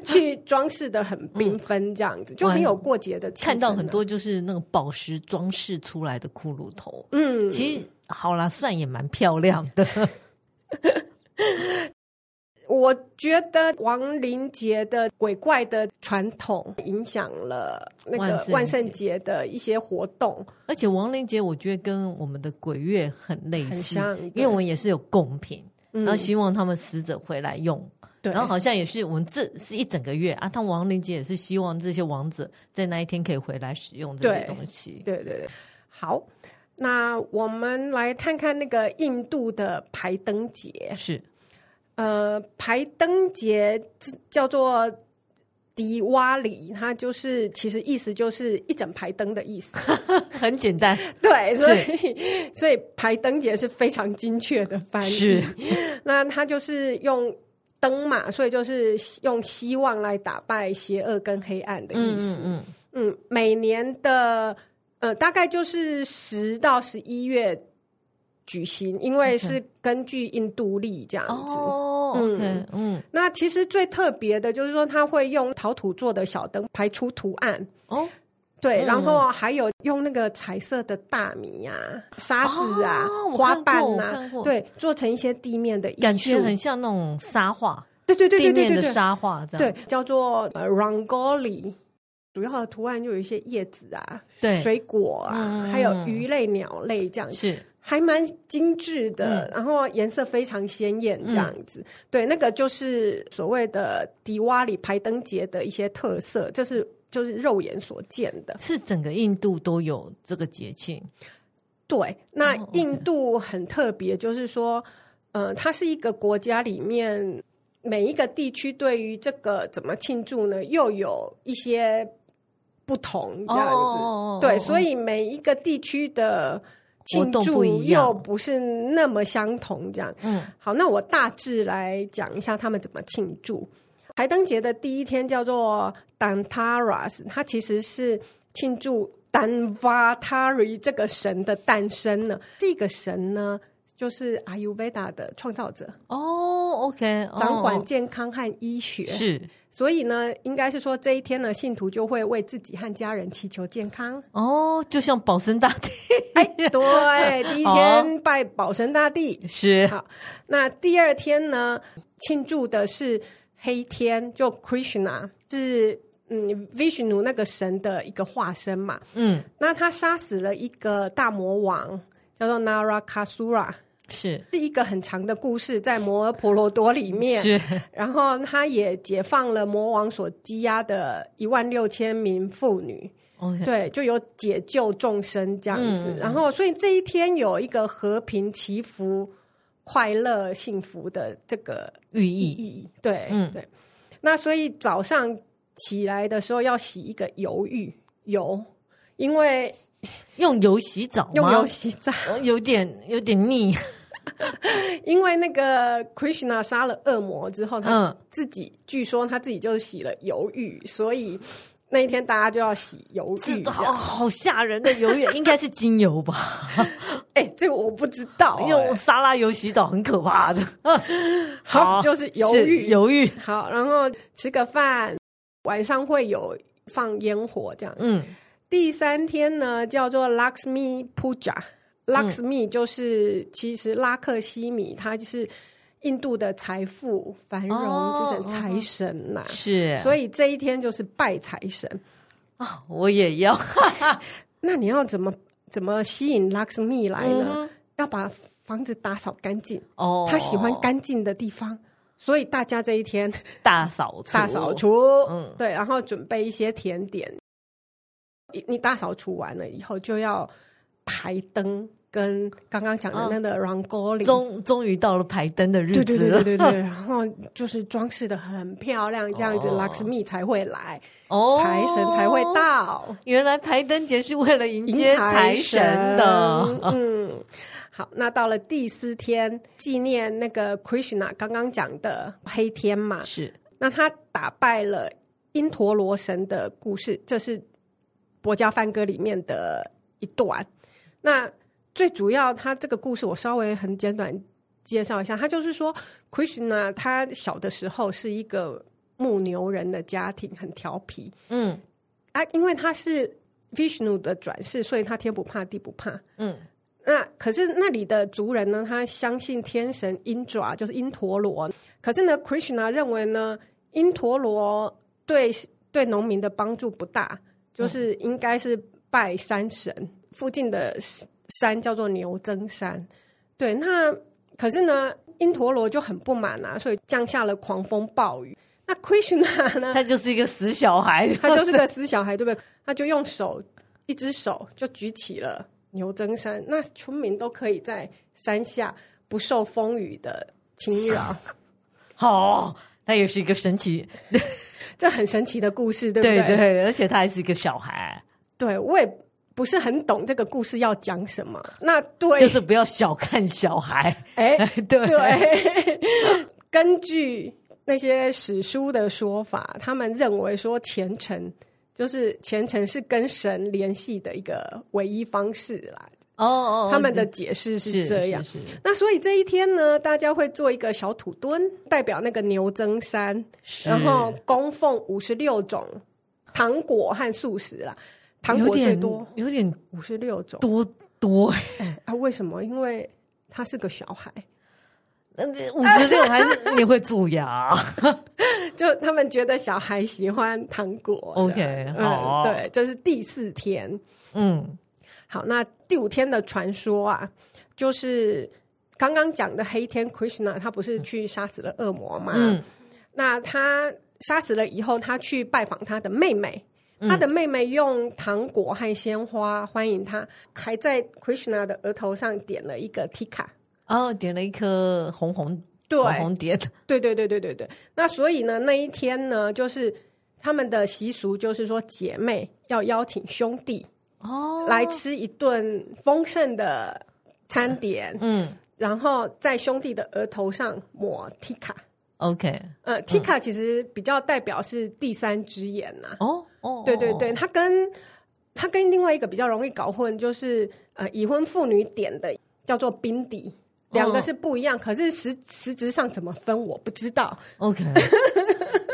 A: 去装饰的很缤纷，这样子、就很有过节的气氛啊
B: 嗯看到很，多就是那个宝石装饰出来的骷髅头，
A: 嗯，
B: 其实好啦，算也蛮漂亮的，
A: 我觉得亡灵节的鬼怪的传统影响了那
B: 万
A: 个
B: 圣节
A: 万圣节的一些活动，
B: 而且亡灵节我觉得跟我们的鬼月很类
A: 很
B: 似，
A: 像
B: 因
A: 对
B: 为我们也是有贡品，
A: 嗯
B: 然后希望他们死者回来用，
A: 对，
B: 然后好像也是我们这是一整个月啊，他们亡灵节也是希望这些王者在那一天可以回来使用这些
A: 对
B: 东西。
A: 对对对，好，那我们来看看那个印度的排灯节，
B: 是
A: 呃，排灯节叫做。迪瓦里，它就是其实意思就是一整排灯的意 思，
B: 很简单，
A: 对，所以 所以排灯节是非常精确的翻译。
B: 是
A: 那它就是用灯嘛，所以就是用希望来打败邪恶跟黑暗的 意思。
B: 嗯
A: 嗯，每年的呃大概就是十到十一月举行，因为是根据印度历这样子。
B: 哦
A: 嗯
B: ，OK，嗯，
A: 那其实最特别的就是说，它会用陶土做的小灯排出图案，
B: 哦，
A: 对，
B: 嗯
A: 然后还有用那个彩色的大米呀、沙子啊、
B: 哦我
A: 花
B: 看过
A: 瓣
B: 我
A: 啊
B: 看，过
A: 对，做成一些地面的艺术，
B: 感觉很像那种沙画，
A: 对对对对
B: 地
A: 对
B: 面
A: 对
B: 的
A: 对
B: 沙画这样。
A: 对，叫做呃 rangoli。主要的图案就有一些叶子啊，
B: 对
A: 水果啊，
B: 嗯
A: 还有鱼类、鸟类这样子，
B: 是
A: 还蛮精致的，
B: 嗯
A: 然后颜色非常鲜艳这样子。对，那个就是所谓的迪瓦里排灯节的一些特色，这是就是肉眼所见的。
B: 是整个印度都有这个节庆，
A: 对，那
B: 哦，OK
A: 印度很特别，就是说，呃，它是一个国家里面每一个地区对于这个怎么庆祝呢，又有一些不同这样子。
B: 哦
A: 对，
B: 哦
A: 所以每一个地区的庆
B: 活动不
A: 祝
B: 一样
A: 又不是那么相同这样。
B: 嗯，
A: 好，那我大致来讲一下他们怎么庆祝。台灯节的第一天叫做 Dantaras，它其实是庆祝 Danvatari 这个神的诞生呢。这个神呢，就是阿尤维达的创造者，
B: 哦，OK，哦
A: 掌管健康和医学。
B: 是
A: 所以呢，应该是说这一天呢，信徒就会为自己和家人祈求健 康。
B: 哦，就像保生大帝
A: 哎，对，第一天拜保神大帝，
B: 是
A: 好那第二天呢，庆祝的是黑天，就 Krishna 是嗯 Vishnu 那个神的一个化身嘛。
B: 嗯
A: 那他杀死了一个大魔王，叫做 Narakasura，
B: 是
A: 是一个很长的故事，在摩诃婆罗多里面。
B: 是
A: 然后他也解放了魔王所羁押的一万六千名妇女。
B: OK，
A: 对，就有解救众生这样子。
B: 嗯嗯嗯
A: 然后，所以这一天有一个和平、祈福、快乐、幸福的这个
B: 寓
A: 意
B: 意
A: 义。对，
B: 嗯
A: 对。那所以早上起来的时候要洗一个油浴油，因为
B: 用油洗澡吗，
A: 用油洗澡，
B: 呃有点有点腻，
A: 因为那个 Krishna 杀了恶魔之后，他
B: 嗯
A: 自己、据说他自己就是洗了油浴，所以那一天大家就要洗油浴。这
B: 好
A: 样，
B: 好吓人的油液，应该是精 油吧？
A: 哎、这个我不知道、哎
B: 用沙拉油洗澡很可怕的，
A: 好就是油浴
B: 是油浴，
A: 好，然后吃个饭，晚上会有放烟火这样。
B: 嗯
A: 第三天呢，叫做 Lakshmi Puja。Lakshmi 就是、其实拉克西米，它就是印度的财富繁荣
B: 哦
A: 之神、财神呐、
B: 是，
A: 所以这一天就是拜财神。
B: 啊，我也要，
A: 那你要怎么怎么吸引 Lakshmi 来呢？
B: 嗯哼
A: 要把房子打扫干净，
B: 哦，
A: 他喜欢干净的地方，所以大家这一天
B: 大扫除，
A: 大扫，除，
B: 嗯
A: 对，然后准备一些甜点。你你大扫除完了以后，就要排灯，跟刚刚讲的那个 rangoli，、
B: 终终于到了排灯的日
A: 对对
B: 子
A: 对
B: 了
A: 对，对对，然后就是装饰的很漂亮，这样子、
B: 哦
A: Lakshmi 才会来，
B: 哦，
A: 财神才会。到，
B: 原来排灯节是为了迎
A: 迎
B: 接
A: 财
B: 神的，
A: 嗯。好，那到了第四天，纪念那个 Krishna 刚刚讲的黑天嘛，
B: 啊是
A: 那他打败了因陀罗神的故事，这是博家梵歌里面的一段。那最主要，他这个故事我稍微很简短介绍一下，他就是说，Krishna 他小的时候是一个牧牛人的家庭，很调皮
B: 嗯
A: 啊，因为他是 Vishnu 的转世，所以他天不怕地不怕。
B: 嗯
A: 那可是那里的族人呢，他相信天神因爪，就是因陀罗。可是呢，Krishna 认为呢，因陀罗对对农民的帮助不大，就是应该是拜山神。附近的山叫做牛增山，对。那可是呢，因陀罗就很不满啊，所以降下了狂风暴雨。那 Krishna 呢，
B: 他就是一个死小孩，
A: 他就是个死小孩，对不对？他就用手一只手就举起了牛增山，那村民都可以在山下不受风雨的侵 扰，
B: 好，他也是一个神奇，
A: 这很神奇的故事，对不
B: 对
A: 对？
B: 对，而且他还是一个小孩，
A: 对我也不是很懂这个故事要讲什么。那 对，
B: 就 是不要小看小孩，
A: 哎、
B: 对
A: 对，根据那些史书的说法，他们认为说虔诚就是虔诚是跟神联系的一个唯一方式啦。
B: 哦哦，哦
A: 他们的解释
B: 是
A: 是这样。
B: 是是
A: 那所以这一天呢，大家会做一个小土墩，代表那个牛增山，
B: 是
A: 然后供奉五十六种糖果和素食啦，糖
B: 有
A: 果最
B: 点
A: 多
B: 有点
A: 五十六种
B: 多 多，
A: 啊？为什么？因为他是个小孩，
B: 五十六还是你会蛀 牙
A: 就他们觉得小孩喜欢糖果的。
B: ？OK，好，哦
A: 嗯，，对，就是第四天。
B: 嗯，
A: 好，那第五天的传说啊，就是刚刚讲的黑天 Krishna，他不是去杀死了恶魔嘛？
B: 嗯，
A: 那他杀死了以后，他去拜访他的妹妹。
B: 嗯
A: 他的妹妹用糖果和鲜花欢迎他，还在 Krishna 的额头上点了一个 tika。
B: 哦，点了一颗红红
A: 对
B: 红红点，
A: 对对对对对对。那所以呢，那一天呢，就是他们的习俗就是说，姐妹要邀请兄弟
B: 哦，
A: 来吃一顿丰盛的餐点，
B: 嗯
A: 然后在兄弟的额头上抹 tika。
B: ，OK，
A: 呃，tika
B: 嗯
A: 其实比较代表是第三只眼呐、
B: 哦哦，
A: 对对
B: 哦
A: 对，，它跟它跟另外一个比较容易搞混，就是呃已婚妇女点的叫做冰底。
B: 哦
A: 两个是不一样，可是实实质上怎么分我不知 道，
B: OK，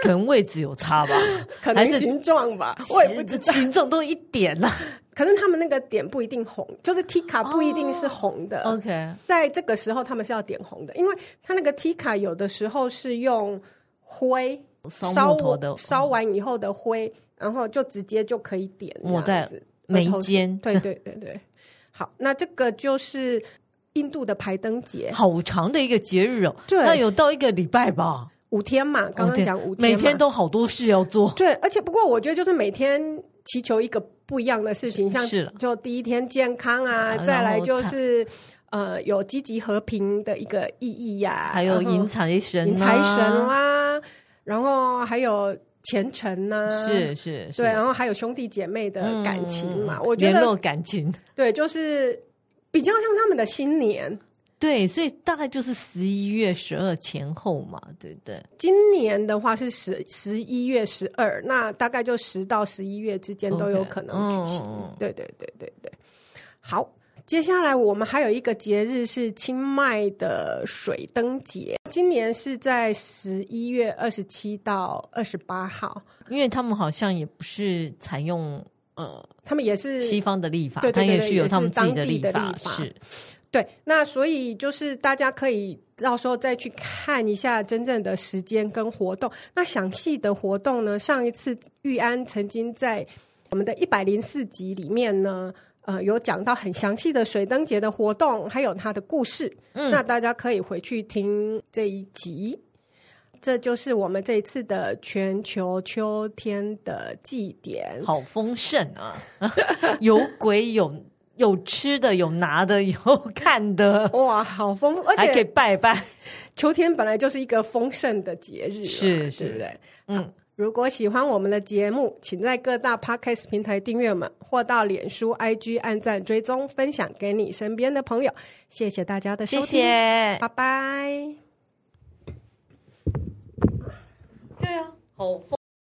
B: 可能位置有差吧，
A: 可
B: 还
A: 能
B: 是
A: 形状吧， 我也不知
B: 知 形状都一点 啦。
A: 可是他们那个点不一定红，就是 tika 不一定是红的。
B: OK，
A: 在这个时候，他们是要点红的，因为他那个 tika 有的时候是用灰
B: 烧木头的
A: 烧烧完以后的灰，然后就直接就可以点这样子
B: 抹在眉间
A: 对对对对，好，那这个就是印度的排灯节，
B: 好长的一个节日哦，
A: 对
B: 那有到一个礼拜吧。
A: 五天嘛，刚刚讲五天嘛，
B: 每天都好多事要做。
A: 对，而且不过我觉得就是每天祈求一个不一样的事情，像
B: 嗯是了
A: 就第一天健康啊，
B: 啊
A: 再
B: 然
A: 来
B: 后
A: 就
B: 菜
A: 是呃有积极和平的一个意义呀、
B: 还
A: 啊
B: 有
A: 然后
B: 迎财神、啊，
A: 迎财神啦、然后还有虔诚呐、
B: 是是是，
A: 对，然后还有兄弟姐妹的感情嘛，
B: 嗯
A: 我觉
B: 联络
A: 得
B: 感情，
A: 对，就是比较像他们的新年。
B: 对，所以大概就是十一月十二前后嘛，对不对？
A: 今年的话是十十一月十二，那大概就十到十一月之间都有可能举行。
B: OK，嗯嗯嗯
A: 对对对对对，好。接下来我们还有一个节日是清迈的水灯节，今年是在十一月二十七到二十八号，
B: 因为他们好像也不是采用呃
A: 他们也是
B: 西方的历法，
A: 对对对
B: 但
A: 对
B: 是有
A: 也
B: 他们
A: 是
B: 自己
A: 当地
B: 历
A: 的
B: 法，
A: 历法
B: 是
A: 对，那所以就是大家可以到时候再去看一下真正的时间跟活动。那详细的活动呢，上一次玉安曾经在我们的一百零四集里面呢。呃，有讲到很详细的水灯节的活动，还有它的故事，
B: 嗯
A: 那大家可以回去听这一集。这就是我们这一次的全球秋天的祭典。
B: 好丰盛啊， 有鬼有有吃的，有拿的，有看的，
A: 哇，好丰富，而
B: 还可以
A: 且
B: 拜拜。
A: 秋天本来就是一个丰盛的节日啦，
B: 是是
A: 对不对？
B: 嗯，
A: 如果喜欢我们的节目，请在各大 podcast 平台订阅我们，或到脸书、IG 按赞、追踪、分享给你身边的朋友。谢谢大家的收
B: 谢
A: 听，
B: 谢。
A: 拜拜。
B: 对啊，好丰。